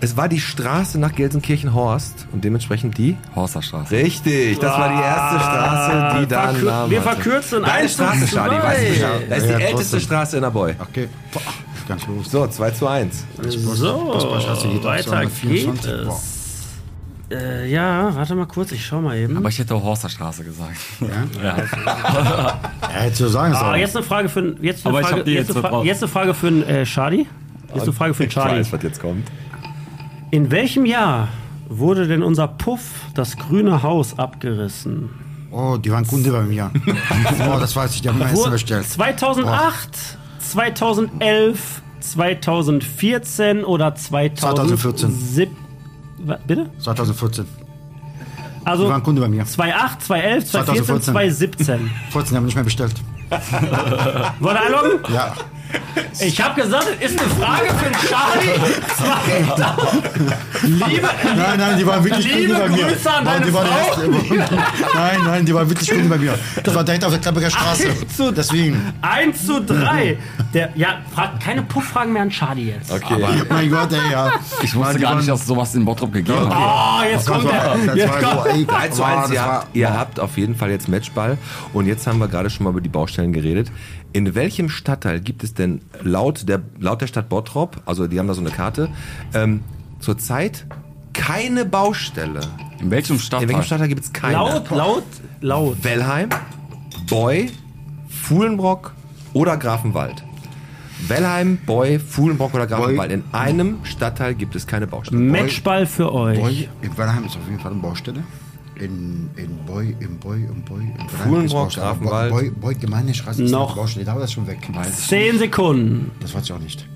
Es war die Straße nach Gelsenkirchen-Horst und dementsprechend die. Ah, Horsterstraße. Richtig, das war die erste Straße, die da einen Verkür- Namen wir hatte. verkürzen Deine eins Straße, und zwei. Schadi, weißt du Bescheid. Das ist die Ja, älteste trotzdem. Straße in der Boy. Okay. Boah, ganz los. So, 2 zu 1. So, Prosperstraße geht auf weiter geht 224. Boah. es. Äh, ja, warte mal kurz, ich schau mal eben. Aber ich hätte auch Horsterstraße gesagt. Ja, hättest du sagen Ah, sollen. jetzt eine Frage für einen- jetzt eine Aber ich Frage, hab die jetzt jetzt eine Fra verbraucht. jetzt eine Frage für einen äh, Schadi. Jetzt eine Frage für einen Schadi. was jetzt kommt. In welchem Jahr wurde denn unser Puff, das grüne Haus, abgerissen? Oh, die waren Kunde bei mir. oh, das weiß ich, die haben mir Essen Wurde bestellt. 2008, 2011, 2014 oder 2017? 2014. Wa- Bitte? 2014. Also Die waren Kunde bei mir. 2008, 2011, 2014, 2014. 2017. 14 haben wir nicht mehr bestellt. Wollt ihr einloggen? Ja. Ich habe gesagt, es ist eine Frage für den Charlie. Liebe, Nein, nein, die waren wirklich Liebe Kunde bei mir. Grüße an Nein, deine die waren Frau. echt- nein, nein, die waren wirklich Kunde bei mir. Das war direkt auf der Klappiger Straße. Deswegen. 1 zu 3. Der, ja, fragt keine Pufffragen mehr an Charlie jetzt. mein Gott, ey, ja. Ich wusste die gar waren- nicht, dass es sowas in Bottrop gegeben Okay. hat. Oh, jetzt kommt er. Jetzt kommt er. 3 zu 1, Also ihr, das war- habt, ihr habt auf jeden Fall jetzt Matchball. Und jetzt haben wir gerade schon mal über die Baustellen geredet. In welchem Stadtteil gibt es denn laut der, laut der Stadt Bottrop, also die haben da so eine Karte, ähm, zurzeit keine Baustelle? In In welchem welchem Stadtteil? Stadtteil gibt es keine? Laut, laut, laut. Wellheim, Boy, Fuhlenbrock oder Grafenwald? Wellheim, Boy, Fuhlenbrock oder Grafenwald. In einem Stadtteil gibt es keine Baustelle. Matchball für euch. Boy, in Wernheim ist auf jeden Fall eine Baustelle. In, in Boy, in Boy, in Boy, in Wernheim ist Fuhlenbrock, Baustelle. Aber Grafenwald. Boy, Boy, Gemeindestraße ist Noch. eine Baustelle, da war das schon weg. Zehn Sekunden. Das weiß ich auch nicht.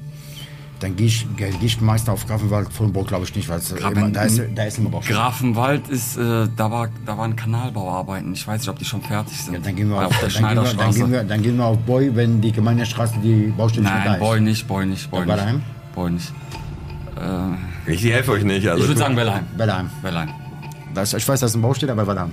Dann gehe ich, geh geh ich meist auf Grafenwald, Fuhlenburg glaube ich nicht, weil es Grafen- immer- da ist, da ist immer Baustelle. Grafenwald ist, äh, da, war, da waren Kanalbauarbeiten. Ich weiß nicht, ob die schon fertig sind. Dann gehen wir Weil auf, der dann gehen wir, dann Schneiderstraße. gehen wir, dann gehen wir auf Boy, wenn die Gemeindestraße die Baustelle nicht mehr Nein, da ist. Boy nicht, Boy nicht, Boy Dann nicht. Wellheim? Boy nicht. Äh, Ich helfe euch nicht. Also ich würde sagen Wellheim. Wellheim. Wellheim. Das, ich weiß, dass ein Baustelle, aber Wellheim.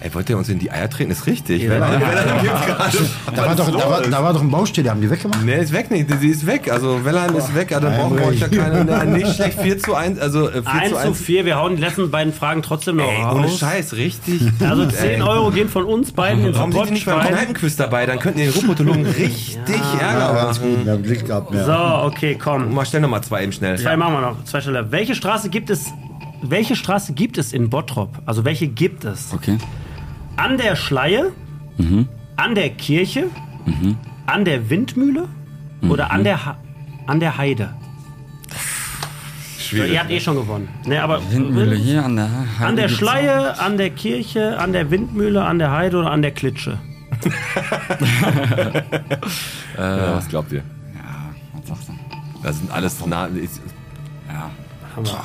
Ey, wollt ihr uns in die Eier treten? Ist richtig. Da war, doch, da, war, da war doch ein Baustelle, haben die weggemacht? Ne, ist weg nicht. Sie ist weg. Also Wellheim ist weg. Also brauchen wir euch da keine. Na, nicht schlecht. 4 zu 1. Also äh, 4 1 zu zu 1. 4. Wir hauen die letzten beiden Fragen trotzdem noch Ey, raus. ohne Scheiß, richtig. Also 10 Euro gehen von uns beiden in Warum sind die nicht beim Support. Kneipenquiz dabei? Dann könnten die den Rupotologen richtig Ärger Ja, alles machen. gut, wir haben Glück gehabt. Ja. So, okay, komm. Mal schnell nochmal zwei eben schnell. Zwei machen wir noch. Zwei Stelle. Welche Straße gibt es? Welche Straße gibt es in Bottrop? Also welche gibt es? Okay. An der Schleie, Mhm. an der Kirche, an der Windmühle oder Mhm. an der, ha an der Heide? Ihr habt eh schon gewonnen. Nee, aber ne? Windmühle hier an der Heide An der gibt's- Schleie, an der Kirche, an der Windmühle, an der Heide oder an der Klitsche? Ja, Äh, was glaubt ihr? Was sagst du? Das sind alles nah. Ist, Ja, Haben wir.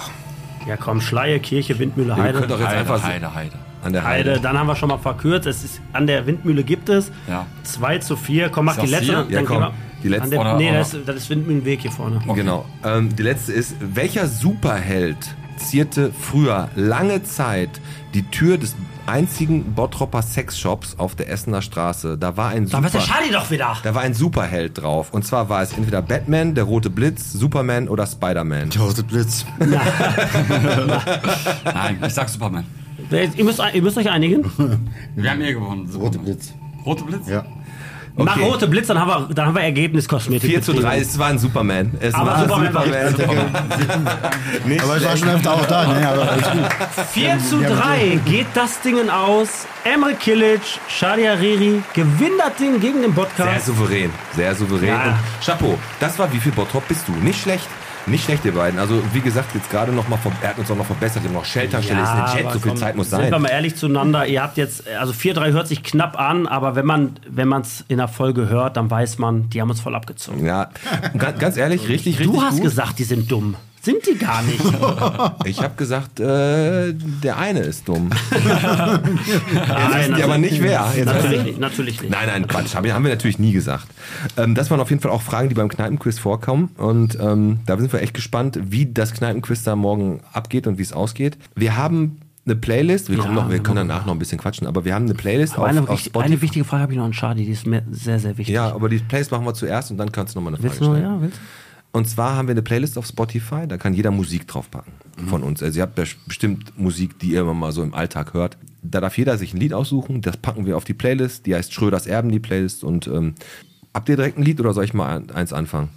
Ja komm, Schleie, Kirche, Windmühle, ihr könnt Heide. doch jetzt Heide, einfach Heide, Heide. an der Heide. Heide, dann haben wir schon mal verkürzt. Es ist, an der Windmühle gibt es. Ja. 2 zu 4. Komm, mach Ist die das letzte. hier? dann Ja, gehen komm, wir- die letzte. An der, Oder- nee, oder- das, ist- das ist Windmühlenweg hier vorne. Genau. Ähm, die letzte ist, welcher Superheld zierte früher lange Zeit die Tür des einzigen Bottropper Sexshops auf der Essener Straße? Da war ein Da ist der Super- Charlie doch wieder. da war ein Superheld drauf. Und zwar war es entweder Batman, der rote Blitz, Superman oder Spider-Man. Tausend Blitz. Nein, ich sag Superman. Ihr müsst, ihr müsst euch einigen. Wir haben eh gewonnen. Rote Superman. Blitz. Rote Blitz? Ja. Mach rote Blitz, dann haben wir, dann haben wir Ergebniskosmetik. 4 zu 3, es war ein Superman. Es Aber war Superman war Nicht Aber ich war schon öfter auch da. Ne? Aber alles gut. 4 zu 3 geht das Dingen aus. Emre Kilic, Shadi Hariri gewinnen das Ding gegen den Sehr Podcast. souverän, sehr souverän. Ja. Und Chapeau, das war wie viel Bottrop bist du? Nicht schlecht. Nicht schlecht, ihr beiden. Also, wie gesagt, jetzt gerade noch mal, ver- er hat uns auch noch verbessert. Wir haben noch Shelterstelle, ist eine Jet, aber so viel komm, Zeit muss Sind wir sein. mal ehrlich zueinander. Ihr habt jetzt, also 4-3 hört sich knapp an, aber wenn man wenn man es in der Folge hört, dann weiß man, die haben uns voll abgezogen. Ja, ganz, ganz ehrlich, richtig, richtig du hast gut. gesagt, die sind dumm. Sind die gar nicht. Ich habe gesagt, äh, der eine ist dumm. Nein, die aber nicht wer. Jetzt weißt Natürlich du- nicht, natürlich nicht. Nein, nein, Quatsch, haben wir, haben wir natürlich nie gesagt. Ähm, das waren auf jeden Fall auch Fragen, die beim Kneipenquiz vorkommen. Und ähm, da sind wir echt gespannt, wie das Kneipenquiz da morgen abgeht und wie es ausgeht. Wir haben eine Playlist, wir, kommen Ja, noch, wir können danach noch ein bisschen quatschen, aber wir haben eine Playlist auf, Aber eine, auf richtig- Spotify. eine wichtige Frage habe ich noch an Schadi, die ist mir sehr, sehr wichtig. Ja, aber die Playlist machen wir zuerst und dann kannst du nochmal eine Frage willst du noch, stellen. ja, willst du? Und zwar haben wir eine Playlist auf Spotify, da kann jeder Musik draufpacken von uns. Also ihr habt bes- bestimmt Musik, die ihr immer mal so im Alltag hört. Da darf jeder sich ein Lied aussuchen, das packen wir auf die Playlist, die heißt Schröders Erben, die Playlist. Und ähm, habt ihr direkt ein Lied oder soll ich mal an- eins anfangen?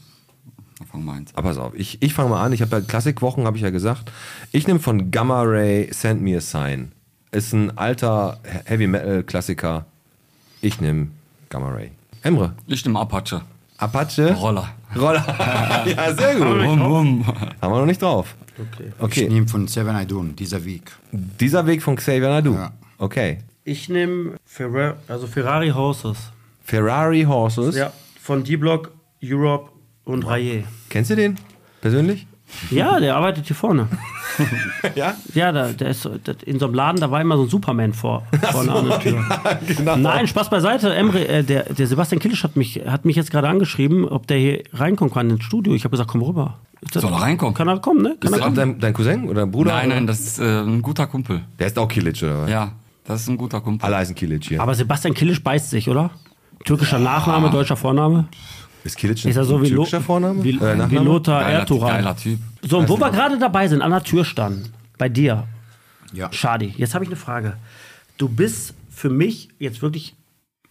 Dann fangen wir eins. Aber pass auf, ich, ich fange mal an, ich habe ja Klassikwochen, habe ich ja gesagt. Ich nehme von Gamma Ray Send Me a Sign. Ist ein alter He- Heavy Metal Klassiker. Ich nehme Gamma Ray. Emre, Ich nehme Apache. Apache. Roller. Roller. ja, sehr gut. Bum, bum. Haben wir noch nicht drauf. Okay. Ich nehme von Seven I Don't, dieser Weg. Dieser Weg von Xavier Nadu. Ja. Okay. Ich nehme Ferra also Ferrari Horses. Ferrari Horses. Ja, von D-Block, Europe und Raye. Kennst du den persönlich? Ja, der arbeitet hier vorne. ja? Ja, da, der ist, da, in so einem Laden, da war immer so ein Superman vor, vorne an der Tür. Genau. Nein, Spaß beiseite. Emre, äh, der, der Sebastian Killisch hat mich, hat mich jetzt gerade angeschrieben, ob der hier reinkommen kann ins Studio. Ich habe gesagt, komm rüber. Das- Soll er reinkommen? Kann er kommen, ne? Kann er Ist er kommen. Dein, dein Cousin oder dein Bruder? nein, nein, oder? das ist äh, ein guter Kumpel. Der ist auch Kilic, oder was? Ja, das ist ein guter Kumpel. Alle heißen Kilic hier. Aber Sebastian Killisch beißt sich, oder? Türkischer Nachname, deutscher Vorname. ist Kilic ein Ist er so wie, Lo türkischer Vorname? wie, Äh, Nachname? wie Lothar Geiler- Erturan. Geiler Typ. So, und wo wir gerade dabei sind, an der Tür standen, bei dir, Ja. Schadi, jetzt habe ich eine Frage. Du bist für mich, jetzt wirklich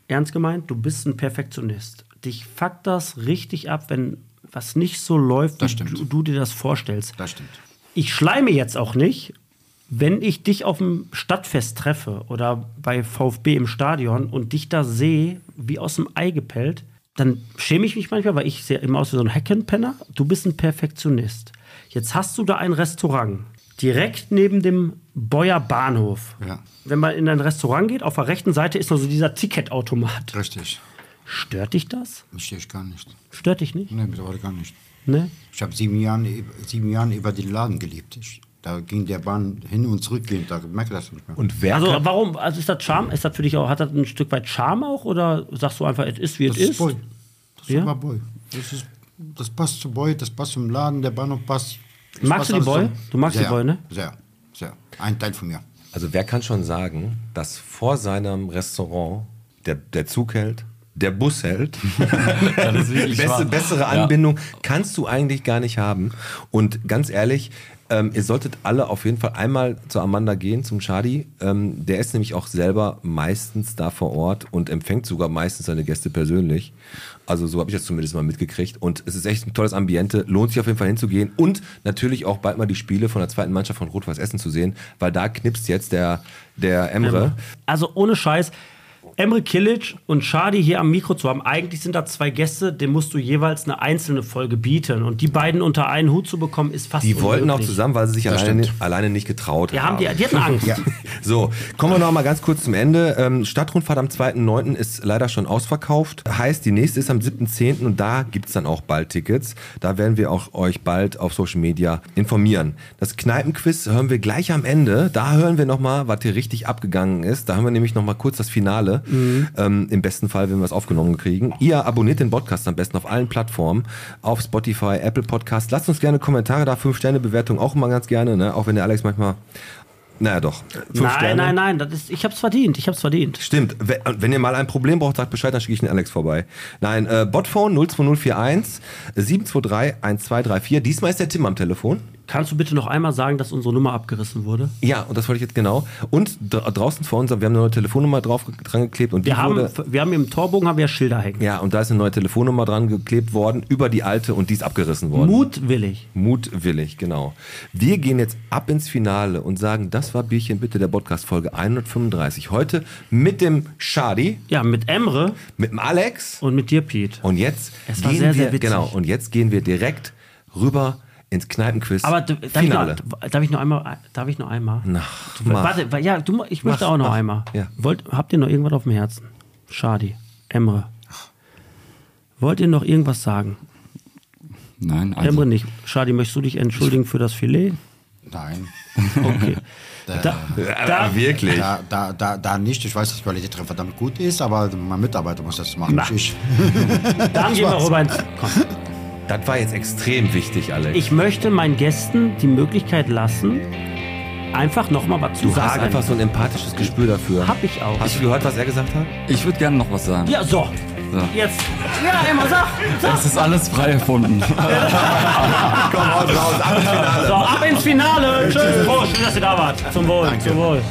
ernst gemeint, du bist ein Perfektionist. Dich fuckt das richtig ab, wenn was nicht so läuft, Das wie stimmt. du, du dir das vorstellst. Das stimmt. Ich schleime jetzt auch nicht, wenn ich dich auf dem Stadtfest treffe oder bei VfB im Stadion und dich da sehe, wie aus dem Ei gepellt, dann schäme ich mich manchmal, weil ich sehe immer aus wie so ein Heckenpenner. Du bist ein Perfektionist. Jetzt hast du da ein Restaurant direkt neben dem Beuer Bahnhof. Ja. Wenn man in ein Restaurant geht, auf der rechten Seite ist noch so dieser Ticketautomat. Richtig. Stört dich das? Mich stört ich gar nicht. Stört dich nicht? Nee, mittlerweile gar nicht. Ne? Ich habe sieben Jahre sieben Jahren über den Laden gelebt. Ich, da ging der Bahn hin und zurück, gehen, da merke ich das nicht mehr. Und wer Also kann, warum? Also ist das Charme? Ist das für dich auch? Hat das ein Stück weit Charme auch? Oder sagst du einfach, es ist wie es das ist ist? Boy. Das ist Ja? aber Boy. Das, ist, das passt zu Boy, das passt zum Laden, der Bahnhof passt. Magst Das du passt die alles Boy? zusammen. Du magst die sehr, Boy, ne? Sehr, sehr. Ein Teil von mir. also wer kann schon sagen, dass vor seinem Restaurant der, der Zug hält, der Bus hält, ist wirklich wahr. Beste, bessere Ja. Anbindung kannst du eigentlich gar nicht haben. Und ganz ehrlich, ähm, ihr solltet alle auf jeden Fall einmal zu Amanda gehen, zum Shadi. Ähm, der ist nämlich auch selber meistens da vor Ort und empfängt sogar meistens seine Gäste persönlich. Also so habe ich das zumindest mal mitgekriegt. Und es ist echt ein tolles Ambiente. Lohnt sich auf jeden Fall hinzugehen. Und natürlich auch bald mal die Spiele von der zweiten Mannschaft von Rot-Weiß Essen zu sehen, weil da knipst jetzt der, der Emre. Also ohne Scheiß. Emre Kilic und Shadi hier am Mikro zu haben, eigentlich sind da zwei Gäste, denen musst du jeweils eine einzelne Folge bieten. Und die beiden unter einen Hut zu bekommen, ist fast Die wollten auch unmöglich. zusammen, weil sie sich alleine, alleine nicht getraut Die, haben die, die hatten Angst. So, kommen wir noch mal ganz kurz zum Ende. Ähm, Stadtrundfahrt am 2.9. ist leider schon ausverkauft. Heißt, die nächste ist am 7.10. und da gibt es dann auch bald Tickets. Da werden wir auch euch bald auf Social Media informieren. Das Kneipenquiz hören wir gleich am Ende. Da hören wir noch mal, was hier richtig abgegangen ist. Da haben wir nämlich noch mal kurz das Finale. Ähm, Im besten Fall, wenn wir es aufgenommen kriegen. Ihr abonniert den Podcast am besten auf allen Plattformen. Auf Spotify, Apple Podcast. Lasst uns gerne Kommentare da. Fünf-Sterne-Bewertung auch immer ganz gerne. Ne? Auch wenn der Alex manchmal... Naja doch. Fünf nein, Sterne. nein, nein, das ist, ich hab's verdient, ich hab's verdient. Stimmt. Wenn, wenn ihr mal ein Problem braucht, sagt Bescheid, dann schicke ich den Alex vorbei. Nein, äh, Botphone 02041 723 1234. Diesmal ist der Tim am Telefon. Kannst du bitte noch einmal sagen, dass unsere Nummer abgerissen wurde? Ja, und das wollte ich jetzt genau. Und dra draußen vor uns, wir haben eine neue Telefonnummer drauf dran geklebt und die Wir haben, wurde. wir haben im Torbogen haben wir Schilder hängen. Ja, und da ist eine neue Telefonnummer dran geklebt worden, über die alte und die ist abgerissen worden. Mutwillig. Mutwillig, genau. Wir gehen jetzt ab ins Finale und sagen, das war Bierchen bitte der Podcast-Folge 135. Heute mit dem Shadi, Ja, mit Emre mit dem Alex. und mit dir, Pete. Und jetzt Es war gehen sehr, wir sehr witzig. genau und jetzt gehen wir direkt rüber ins Kneipenquiz. Aber d- darf ich, Finale. noch, darf ich noch einmal? Darf ich noch einmal? Na, du, mach. warte, wa- ja, du, mo- ich möchte auch noch mach. einmal. Ja. Wollt, habt ihr noch irgendwas auf dem Herzen? Schadi, Emre. Wollt ihr noch irgendwas sagen? Nein, also Emre nicht. Schadi, möchtest du dich entschuldigen für das Filet? Nein. Okay. da, da, äh, wirklich. Da, da, da, da nicht. Ich weiß, dass die Qualität drin verdammt gut ist, aber mein Mitarbeiter muss das machen, Na. nicht ich. dann gehen wir rüber ins. Komm. Das war jetzt extrem wichtig, Alex. Ich möchte meinen Gästen die Möglichkeit lassen, einfach nochmal was zu du hast sagen. einfach so ein empathisches Gespür dafür. Hab ich auch. Hast du gehört, was er gesagt hat? ich würde gerne noch was sagen. ja, so. So. Jetzt. Ja, Emre, sag. Das ist alles frei erfunden. So, ab ins Finale. Tschüss. Prost, schön, dass ihr da wart. Zum Wohl, zum Wohl.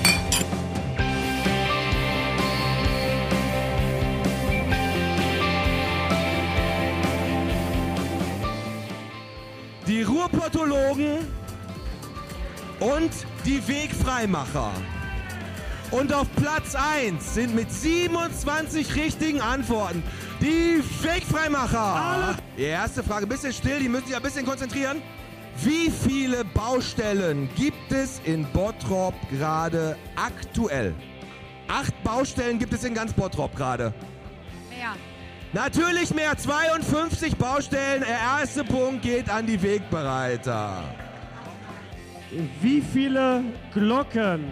Die Ruhrpathologen und die Wegfreimacher. Und auf Platz 1 sind mit 27 richtigen Antworten die Wegfreimacher. Die erste Frage, ein bisschen still, die müssen sich ein bisschen konzentrieren. Wie viele Baustellen gibt es in Bottrop gerade aktuell? Acht Baustellen gibt es in ganz Bottrop gerade. Mehr. Natürlich mehr 52 Baustellen. Der erste Punkt geht an die Wegbereiter. Wie viele Glocken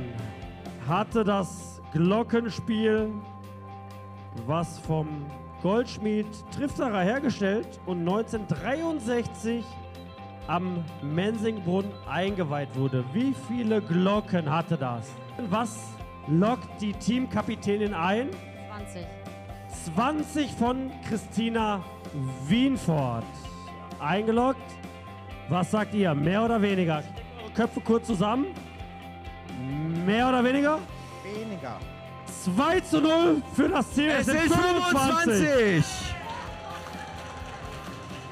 hatte das Glockenspiel, was vom Goldschmied Trifterer hergestellt und 1963 am Mensingbrunnen eingeweiht wurde? Wie viele Glocken hatte das? Was lockt die Teamkapitänin ein? 20. 20 von Christina Wienfort. Eingeloggt. Was sagt ihr? Mehr oder weniger? Steckt eure Köpfe kurz zusammen. Mehr oder weniger? Weniger. 2 zu 0 für das Team. Es sind 25.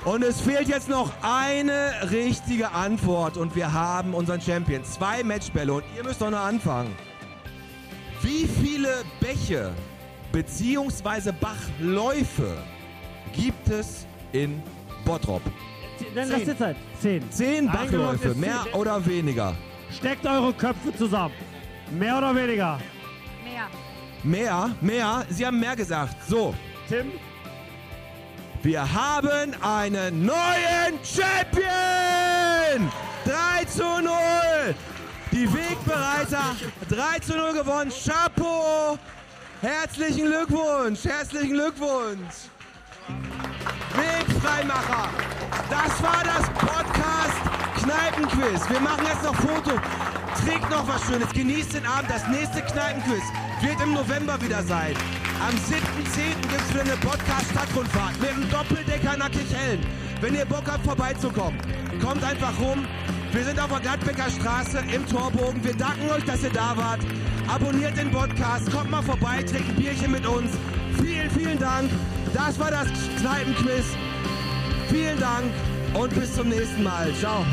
Und es fehlt jetzt noch eine richtige Antwort und wir haben unseren Champion. Zwei Matchbälle und ihr müsst doch noch anfangen. Wie viele Bäche bzw. Bachläufe gibt es in Bottrop? Dann lasst ihr Zeit. 10. 10 Eingeloggt Bachläufe, ist mehr zehn. oder weniger. Steckt eure Köpfe zusammen. Mehr oder weniger? Mehr. Mehr, mehr, Sie haben mehr gesagt. So. Tim? Wir haben einen neuen Champion! 3 zu 0! Die Wegbereiter 3 zu 0 gewonnen. Chapeau! Herzlichen Glückwunsch! Herzlichen Glückwunsch! Wegfreimacher! Das war das Podcast Kneipenquiz. Wir machen jetzt noch Foto. Trinkt noch was Schönes, genießt den Abend. Das nächste Kneipenquiz wird im November wieder sein. Am 7.10. gibt es wieder eine Podcast-Stadtrundfahrt mit dem Doppeldecker nach Kirchhellen. Wenn ihr Bock habt, vorbeizukommen, kommt einfach rum. Wir sind auf der Gladbecker Straße im Torbogen. Wir danken euch, dass ihr da wart. Abonniert den Podcast, kommt mal vorbei, trinkt ein Bierchen mit uns. Vielen, vielen Dank. Das war das Kneipenquiz. Vielen Dank und bis zum nächsten Mal. Ciao.